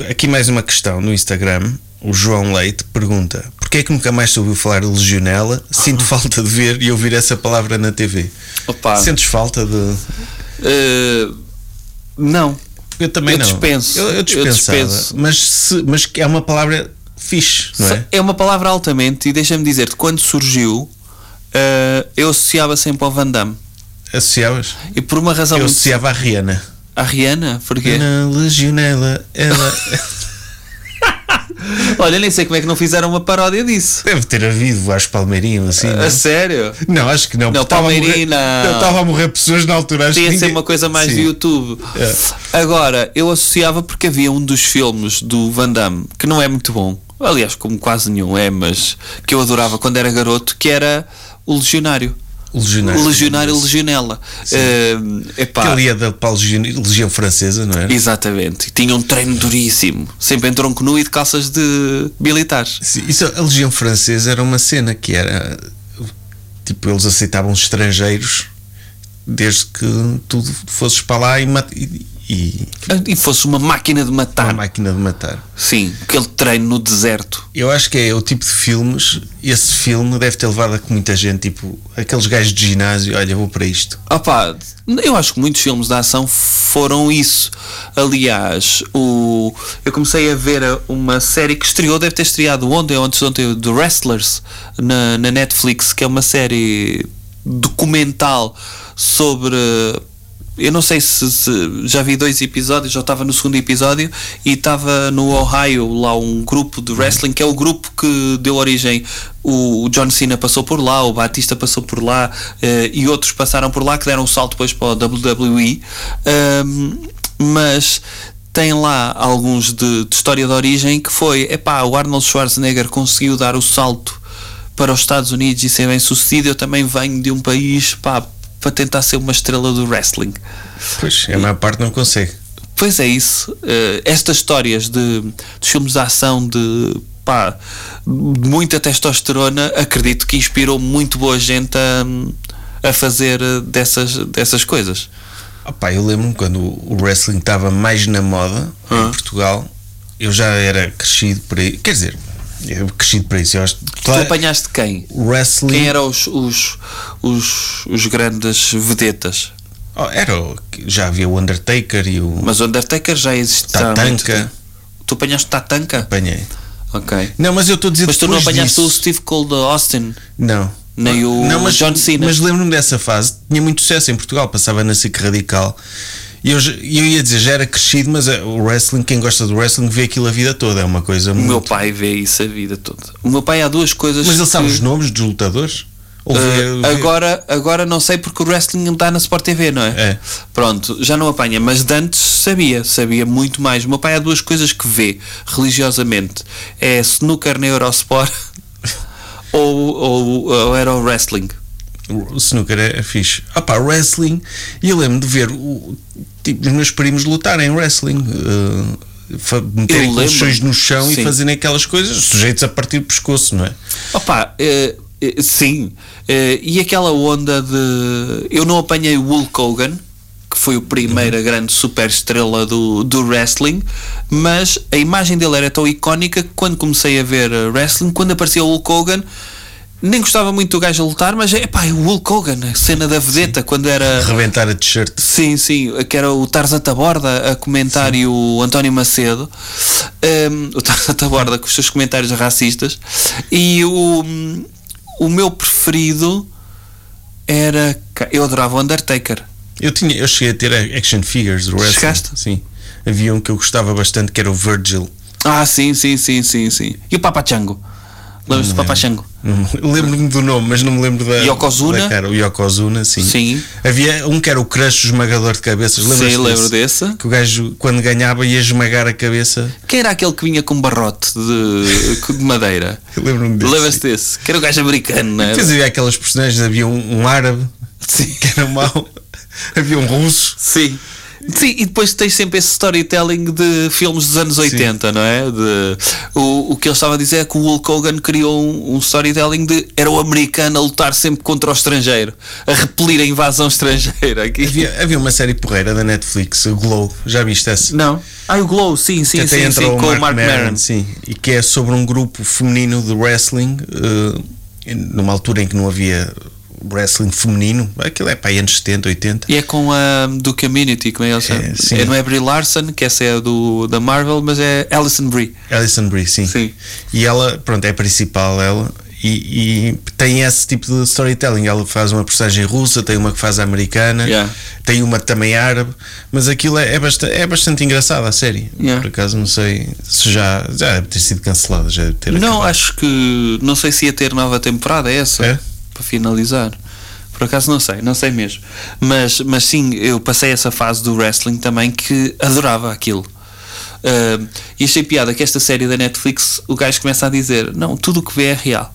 S3: eh, aqui mais uma questão no Instagram. O João Leite pergunta: Porquê é que nunca mais se ouviu falar de legionela? Sinto falta de ver e ouvir essa palavra na TV.
S2: Opa.
S3: Sentes falta de.
S2: Eh, não.
S3: Eu também
S2: Eu
S3: não.
S2: dispenso.
S3: Eu, eu
S2: Eu
S3: dispensava.
S2: dispenso.
S3: Mas, se- mas é uma palavra fixe, não é?
S2: É uma palavra altamente, e deixa-me dizer-te, quando surgiu, eh, eu associava sempre ao Van Damme.
S3: Associavas?
S2: E por uma razão.
S3: Eu
S2: muito-
S3: associava à Rihanna.
S2: A Rihanna? Porquê?
S3: Na legionela, ela.
S2: Olha, nem sei como é que não fizeram uma paródia disso.
S3: Deve ter havido, acho, Palmeirinho, assim. não é?
S2: A sério?
S3: Não, acho que não.
S2: Não,
S3: porque estava a morrer-
S2: Palmeirinho, não.
S3: Eu estava a morrer pessoas na altura. Acho
S2: Tinha
S3: que
S2: de ser
S3: ninguém-
S2: uma coisa mais
S3: Sim. É.
S2: de YouTube. Agora, eu associava porque havia um dos filmes do Van Damme que não é muito bom. Aliás, como quase nenhum é, mas que eu adorava quando era garoto, que era o Legionário.
S3: O Legionário.
S2: O Legionário Legionela. Eh, epá,
S3: é Que ali é da para a legião, legião Francesa, não era?
S2: Exatamente. E Tinha um treino duríssimo. Sempre em tronco nu e de calças de militares.
S3: Sim, Isso, a Legião Francesa era uma cena que era. Tipo, eles aceitavam estrangeiros desde que tu fosses para lá e. mat- e- e
S2: E fosse uma máquina de
S3: uma
S2: matar.
S3: máquina de matar.
S2: Sim, aquele treino no deserto.
S3: Eu acho que é o tipo de filmes. Esse filme deve ter levado a que muita gente, tipo, aqueles gajos de ginásio, olha, vou para isto.
S2: Opa, eu acho que muitos filmes de ação foram isso. Aliás, o, eu comecei a ver a- uma série que estreou, deve ter estreado ontem ou antes de ontem, The Wrestlers, na, na Netflix, que é uma série documental sobre. Eu não sei se, se- já vi dois episódios, já estava no segundo episódio e estava no Ohio lá um grupo de wrestling que é o grupo que deu origem. O, o John Cena passou por lá, o Batista passou por lá eh, e outros passaram por lá que deram um salto depois para o WWE. Ahm, mas tem lá alguns de, de história de origem que foi, epá, o Arnold Schwarzenegger conseguiu dar o salto para os Estados Unidos e ser bem sucedido. Eu também venho de um país, pá, para tentar ser uma estrela do wrestling.
S3: Pois, a maior parte não consegue.
S2: Pois é isso. Eh, estas histórias de, dos filmes de ação de pá, de muita testosterona, acredito que inspirou muito boa gente a, a fazer eh, dessas, dessas coisas.
S3: Opá, eu lembro-me quando o wrestling estava mais na moda
S2: Ah.
S3: em Portugal, eu já era crescido para isso. Quer dizer, eu crescido para isso. Eu acho,
S2: Tu apanhaste quem?
S3: O wrestling
S2: Quem eram os, os, os, os grandes vedetas?
S3: Oh, era o- já havia o Undertaker e o
S2: Mas o Undertaker já existia. há muito
S3: Tatanka.
S2: tempo. Tu apanhaste Tatanka?
S3: apanhei.
S2: Ok.
S3: Não, mas eu estou a dizer
S2: Mas tu não
S3: depois
S2: apanhaste
S3: disso.
S2: o Steve Cole da Austin?
S3: Não.
S2: Nem o
S3: não, mas,
S2: John Cena.
S3: Mas lembro-me dessa fase, tinha muito sucesso em Portugal, passava na SIC Radical. E eu, já- e eu ia dizer, já era crescido, mas eh, o wrestling, quem gosta do wrestling, vê aquilo a vida toda, é uma coisa
S2: O
S3: muito.
S2: meu pai vê isso a vida toda. O meu pai há duas coisas.
S3: Mas ele
S2: que-
S3: sabe os nomes dos lutadores? Ou
S2: Uh,
S3: vê- vê-
S2: agora, agora não sei porque o wrestling está na Sport TV, não é?
S3: É.
S2: Pronto, já não apanha, mas de antes sabia, sabia muito mais. O meu pai há duas coisas que vê religiosamente: é snooker na Eurosport ou, ou, ou era o wrestling.
S3: O snooker é fixe. Ah pá, wrestling. E eu lembro de ver o, tipo, os meus primos lutarem wrestling. eh, fa- meterem
S2: lembro.
S3: colchões no chão e
S2: Sim.
S3: fazerem aquelas coisas, sujeitos a partir o pescoço, não é?
S2: Opa, eh, eh, sim. Eh, e aquela onda de. Eu não apanhei o Hulk Hogan, que foi a primeira grande superestrela do, do wrestling, mas a imagem dele era tão icónica que quando comecei a ver eh, wrestling, quando aparecia o Hulk Hogan. Nem gostava muito do gajo a lutar, mas é pá, o Hulk Hogan, a cena da vedeta, quando era.
S3: Reventar a t-shirt.
S2: Sim, sim, que era o Tarzan Taborda a comentar e o António Macedo. Um, o Tarzan Taborda com os seus comentários racistas. E o, o meu preferido era. ca- Eu adorava o Undertaker.
S3: Eu, tinha, eu cheguei a ter a- action figures do wrestling.
S2: Chegaste?
S3: Sim. Havia um que eu gostava bastante que era o Virgil.
S2: Ah, sim, sim, sim, sim, sim. E o Papa Chango. Lembras-te do Papa Chango?
S3: Não me- Lembro-me do nome, mas não me lembro da.
S2: Yokozuna?
S3: da cara. O Yokozuna, sim.
S2: Sim.
S3: Havia um que era o crush o esmagador de cabeças. Lembras
S2: Sim, lembro desse.
S3: Que o gajo, quando ganhava, ia esmagar a cabeça.
S2: Quem era aquele que vinha com um barrote de, de madeira?
S3: Eu Lembro-me desse.
S2: Lembras-te desse? Que era o gajo americano, não é?
S3: Depois havia aquelas personagens, havia um, um árabe
S2: Sim.
S3: que era mau, havia um russo.
S2: Sim. Sim, e depois tens sempre esse storytelling de filmes dos anos 80, não é? De, o, o que ele estava a dizer é que o Hulk Hogan criou um, um storytelling de era o americano a lutar sempre contra o estrangeiro, a repelir a invasão estrangeira. Aqui.
S3: Havia, havia uma série porreira da Netflix, o Glow, já viste essa?
S2: Não? Ah, o Glow, sim, sim,
S3: que até
S2: sim,
S3: entra
S2: sim,
S3: o
S2: com
S3: Mark,
S2: o Mark
S3: Maron,
S2: Maron.
S3: sim, e que é sobre um grupo feminino de wrestling, eh, numa altura em que não havia wrestling feminino, aquilo é para aí anos 70, 80.
S2: E é com a do Community, como é ela chama?
S3: É, sim.
S2: É, não é Brie Larson, que essa é a do, da Marvel, mas é Alison Brie.
S3: Alison Brie, sim.
S2: Sim.
S3: E ela, pronto, é a principal, ela. E, e tem esse tipo de storytelling. Ela faz uma personagem russa, tem uma que faz americana,
S2: Yeah.
S3: tem uma também árabe, mas aquilo é, é, basta- é bastante engraçado a série.
S2: Yeah.
S3: Por acaso não sei se já, já deve ter sido cancelada, já deve ter
S2: Não,
S3: acabado.
S2: acho que. Não sei se ia ter nova temporada essa.
S3: É?
S2: Para finalizar. Por acaso não sei, não sei mesmo. Mas, mas sim, eu passei essa fase do wrestling também que adorava aquilo. Ah, e achei piada que esta série da Netflix o gajo começa a dizer: Não, tudo o que vê é real.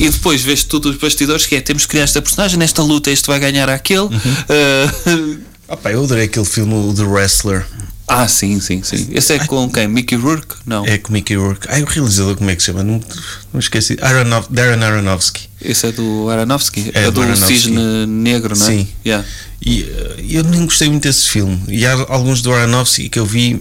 S2: E depois vês tudo os bastidores que é: temos que criar esta personagem, nesta luta este vai ganhar aquele.
S3: Uhum. Opa, eu adorei aquele filme, o The Wrestler.
S2: ah, ah, sim, sim, sim. Esse é com quem? Mickey Rourke? Não.
S3: É com Mickey Rourke. Ai, o realizador, como é que se chama? Não, não esqueci. Aronof, Darren Aronofsky.
S2: Esse é do Aronofsky.
S3: É
S2: É,
S3: do
S2: do,
S3: Aronofsky.
S2: Cisne Negro, não é?
S3: Sim.
S2: Yeah.
S3: E eh, eu nem gostei muito desse filme. E há alguns do Aronofsky que eu vi.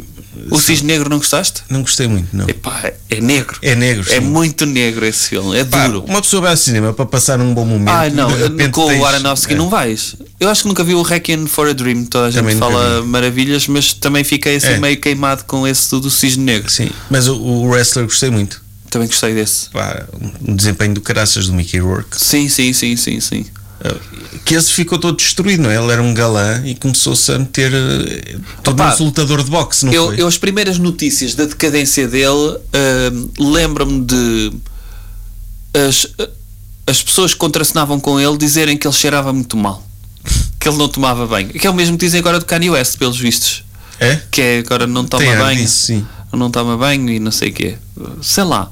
S2: O Cisne Negro não gostaste?
S3: Não gostei muito, não.
S2: Epá, é negro.
S3: É negro,
S2: É
S3: sim.
S2: muito negro esse filme. É
S3: Pá,
S2: duro.
S3: Uma pessoa vai ao cinema para passar um bom momento.
S2: Ah, não,
S3: de repente
S2: com
S3: tens-
S2: o Aronofsky
S3: é.
S2: não vais. Eu acho que nunca vi o Requiem for a Dream. Toda a gente
S3: Também nunca
S2: fala maravilhas, mas também fiquei assim
S3: É.
S2: meio queimado com esse do, do Cisne Negro.
S3: Sim, mas o, o wrestler gostei muito.
S2: Também gostei desse.
S3: Pá, um desempenho do caraças do Mickey Rourke.
S2: Sim, sim, sim, sim, sim.
S3: Que esse ficou todo destruído, não é? Ele era um galã e começou-se a meter. eh, Tornou-se lutador de boxe, não
S2: Eu,
S3: foi?
S2: eu as primeiras notícias da decadência dele ahm, lembro-me de as, as pessoas que contracenavam com ele dizerem que ele cheirava muito mal, que ele não tomava bem. Que é o mesmo que dizem agora do Kanye West, pelos vistos.
S3: É?
S2: Que é agora não toma
S3: Tem ar
S2: banho,
S3: disso, sim.
S2: não toma banho e não sei o quê. Sei lá.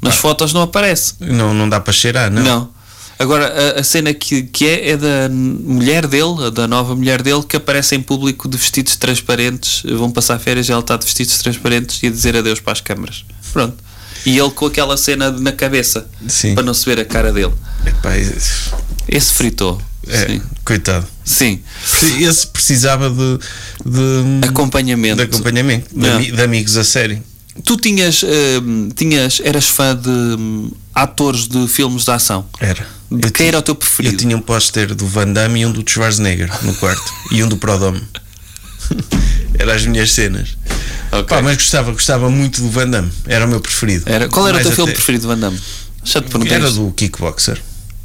S2: Nas
S3: Ah.
S2: fotos não aparece.
S3: Não, não dá para cheirar, não.
S2: Não. Agora, a, a cena que, que é é da n- mulher dele, a da nova mulher dele, que aparece em público de vestidos transparentes. Vão passar férias e ela está de vestidos transparentes e a dizer adeus para as câmaras. Pronto. E ele com aquela cena na cabeça,
S3: Sim.
S2: para não se ver a cara dele.
S3: Epá, é-
S2: Esse fritou.
S3: é,
S2: Sim.
S3: coitado.
S2: Sim.
S3: Esse precisava de, de,
S2: Acompanhamento.
S3: de acompanhamento, de,
S2: Não.
S3: ami- de amigos a sério.
S2: Tu tinhas, hum, tinhas. Eras fã de hum, atores de filmes de ação.
S3: Era.
S2: De
S3: Eu
S2: quem
S3: ti-
S2: era o teu preferido?
S3: Eu tinha um póster do Van Damme e um do Schwarzenegger no quarto. e um do Prodome. Eram as minhas cenas.
S2: Ok.
S3: Pá, mas gostava, gostava muito do Van Damme. Era o meu preferido.
S2: Era, qual era o
S3: Mais
S2: teu filme
S3: até-
S2: preferido, Van Damme? Já te perguntei.
S3: Era
S2: isto.
S3: do Kickboxer.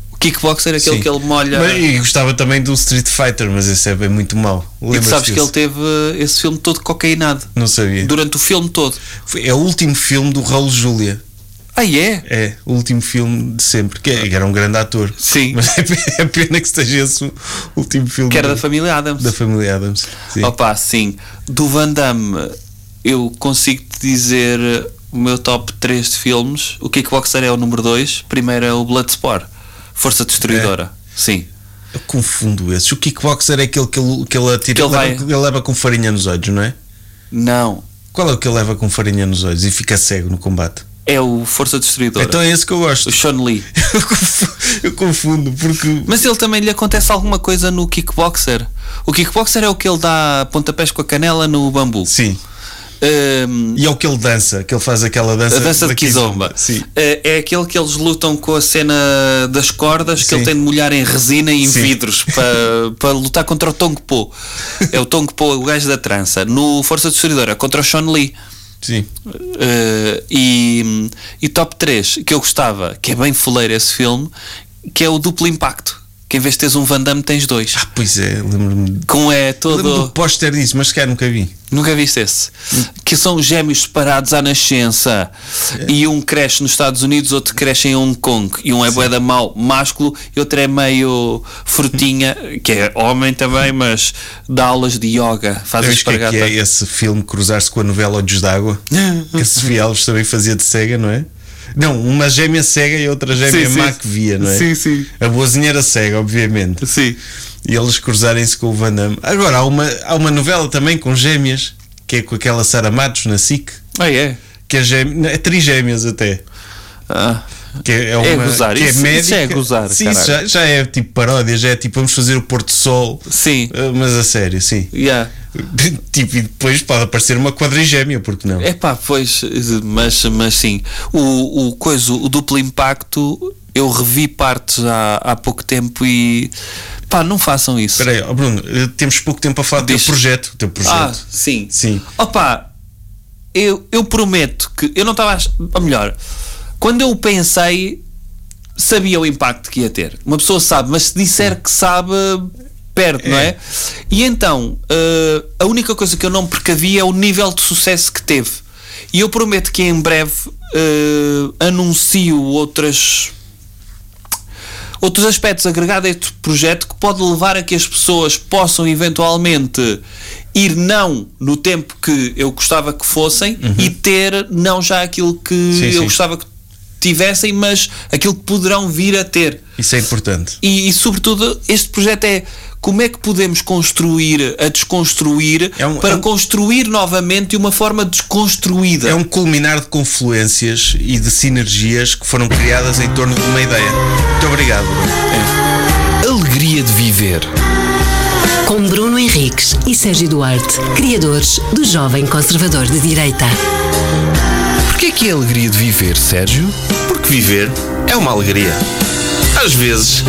S2: O Kickboxer, aquele
S3: Sim.
S2: que ele molha.
S3: Mas- e gostava também do Street Fighter, mas esse é bem muito mau.
S2: E tu
S3: Lembras-te
S2: sabes que ele
S3: desse?
S2: teve uh, esse filme todo cocainado.
S3: Não sabia.
S2: Durante o filme todo.
S3: Foi- É o último filme do Raul Júlia.
S2: Ah, é?
S3: É, o último filme de sempre. Que é- que era um grande ator.
S2: Sim.
S3: Mas é pe- é pena que esteja esse o último filme
S2: Que era
S3: do-
S2: da família Adams.
S3: da família Adams. Sim.
S2: Opa, sim. Do Van Damme, eu consigo te dizer uh, o meu top 3 de filmes. O Kickboxer é o número 2. Primeiro é o Bloodsport. Força Destruidora.
S3: É.
S2: Sim.
S3: Eu confundo esses. O kickboxer é aquele que ele, que ele atira,
S2: Que ele
S3: leva-
S2: vai-
S3: que ele leva com farinha nos olhos, não é?
S2: Não.
S3: Qual é o que ele leva com farinha nos olhos e fica cego no combate?
S2: É o Força Destruidora.
S3: Então é esse que eu gosto.
S2: O Sean Lee.
S3: Eu confundo, eu confundo, porque.
S2: Mas ele também lhe acontece alguma coisa no Kickboxer. O Kickboxer é o que ele dá pontapés com a canela no bambu.
S3: Sim.
S2: Um,
S3: E é o que ele dança, que ele faz aquela dança.
S2: A dança
S3: da
S2: de Kizomba.
S3: Sim.
S2: É, é aquele que eles lutam com a cena das cordas que
S3: Sim.
S2: ele tem de molhar em resina e em
S3: Sim.
S2: vidros para, para lutar contra o Tongpo. É o Tongpo, o gajo da trança. No Força Destruidora, contra o Sean Lee.
S3: Sim.
S2: Eh, e, e top 3 que eu gostava, que é bem foleiro esse filme, que é o duplo impacto. Que em vez de teres um Van Damme, tens dois.
S3: Pois é, lembro-me.
S2: Com é
S3: Lembro
S2: todo.
S3: do póster disso, mas se calhar nunca vi.
S2: Nunca viste esse? Que são gêmeos separados à nascença
S3: É.
S2: e um cresce nos Estados Unidos, outro cresce em Hong Kong e um é boeda mau másculo e outro é meio frutinha, que é homem também, mas dá aulas de yoga, faz
S3: Sabes que é
S2: espargata.
S3: que é esse filme cruzar-se com a novela Olhos d'Água? que a Sofia Alves também fazia de cega, não é? Não, uma gêmea cega e outra gêmea
S2: Sim, sim.
S3: má que via, não é?
S2: Sim, sim.
S3: A boazinha era cega, obviamente.
S2: Sim.
S3: e eles cruzarem-se com o Van Damme. Agora, há uma, há uma novela também com gêmeas, que é com aquela Sara Matos na SIC,
S2: Ah, é?
S3: que é, gêmea, é trigêmeas até.
S2: Ah,
S3: Que é,
S2: É
S3: uma,
S2: gozar,
S3: que
S2: isso- isso
S3: médica.
S2: é gozar,
S3: Sim, isso já,
S2: caralho.
S3: já é tipo paródia, já é tipo vamos fazer o Porto Sol,
S2: sim.
S3: Ah, mas a sério, sim.
S2: Yeah.
S3: tipo, e depois pode aparecer uma quadrigêmea, porque não?
S2: É pá, pois, mas, mas sim. O, o coisa, o duplo impacto, eu revi partes há, há pouco tempo e pá, não façam isso.
S3: Espera aí, ó, Bruno, eh, temos pouco tempo para falar do teu
S2: Diz.
S3: projeto. o Teu
S2: Ah,
S3: projeto.
S2: sim.
S3: Sim.
S2: Opa, eu, eu prometo que eu não estava a. ach- Ou melhor, quando eu o pensei, sabia o impacto que ia ter. Uma pessoa sabe, mas se disser que sabe, perde, não é? E então, eh, a única coisa que eu não precavi é o nível de sucesso que teve. E eu prometo que em breve eh, anuncio outras Outros aspectos agregados a este projeto que pode levar a que as pessoas possam eventualmente ir não no tempo que eu gostava que fossem e ter não já aquilo que
S3: Uhum. Sim,
S2: eu
S3: sim.
S2: gostava que tivessem, mas aquilo que poderão vir a ter.
S3: Isso é importante.
S2: E, e, sobretudo, este projeto é como é que podemos construir a desconstruir
S3: É um-
S2: para
S3: é um-
S2: construir novamente de uma forma desconstruída.
S3: É um culminar de confluências e de sinergias que foram criadas em torno de uma ideia. Muito obrigado. Bruno.
S5: Alegria de viver.
S4: Com Bruno Henriques e Sérgio Duarte, criadores do Jovem Conservador de Direita.
S5: Porquê que é alegria de viver, Sérgio?
S6: Porque viver é uma alegria. Às vezes.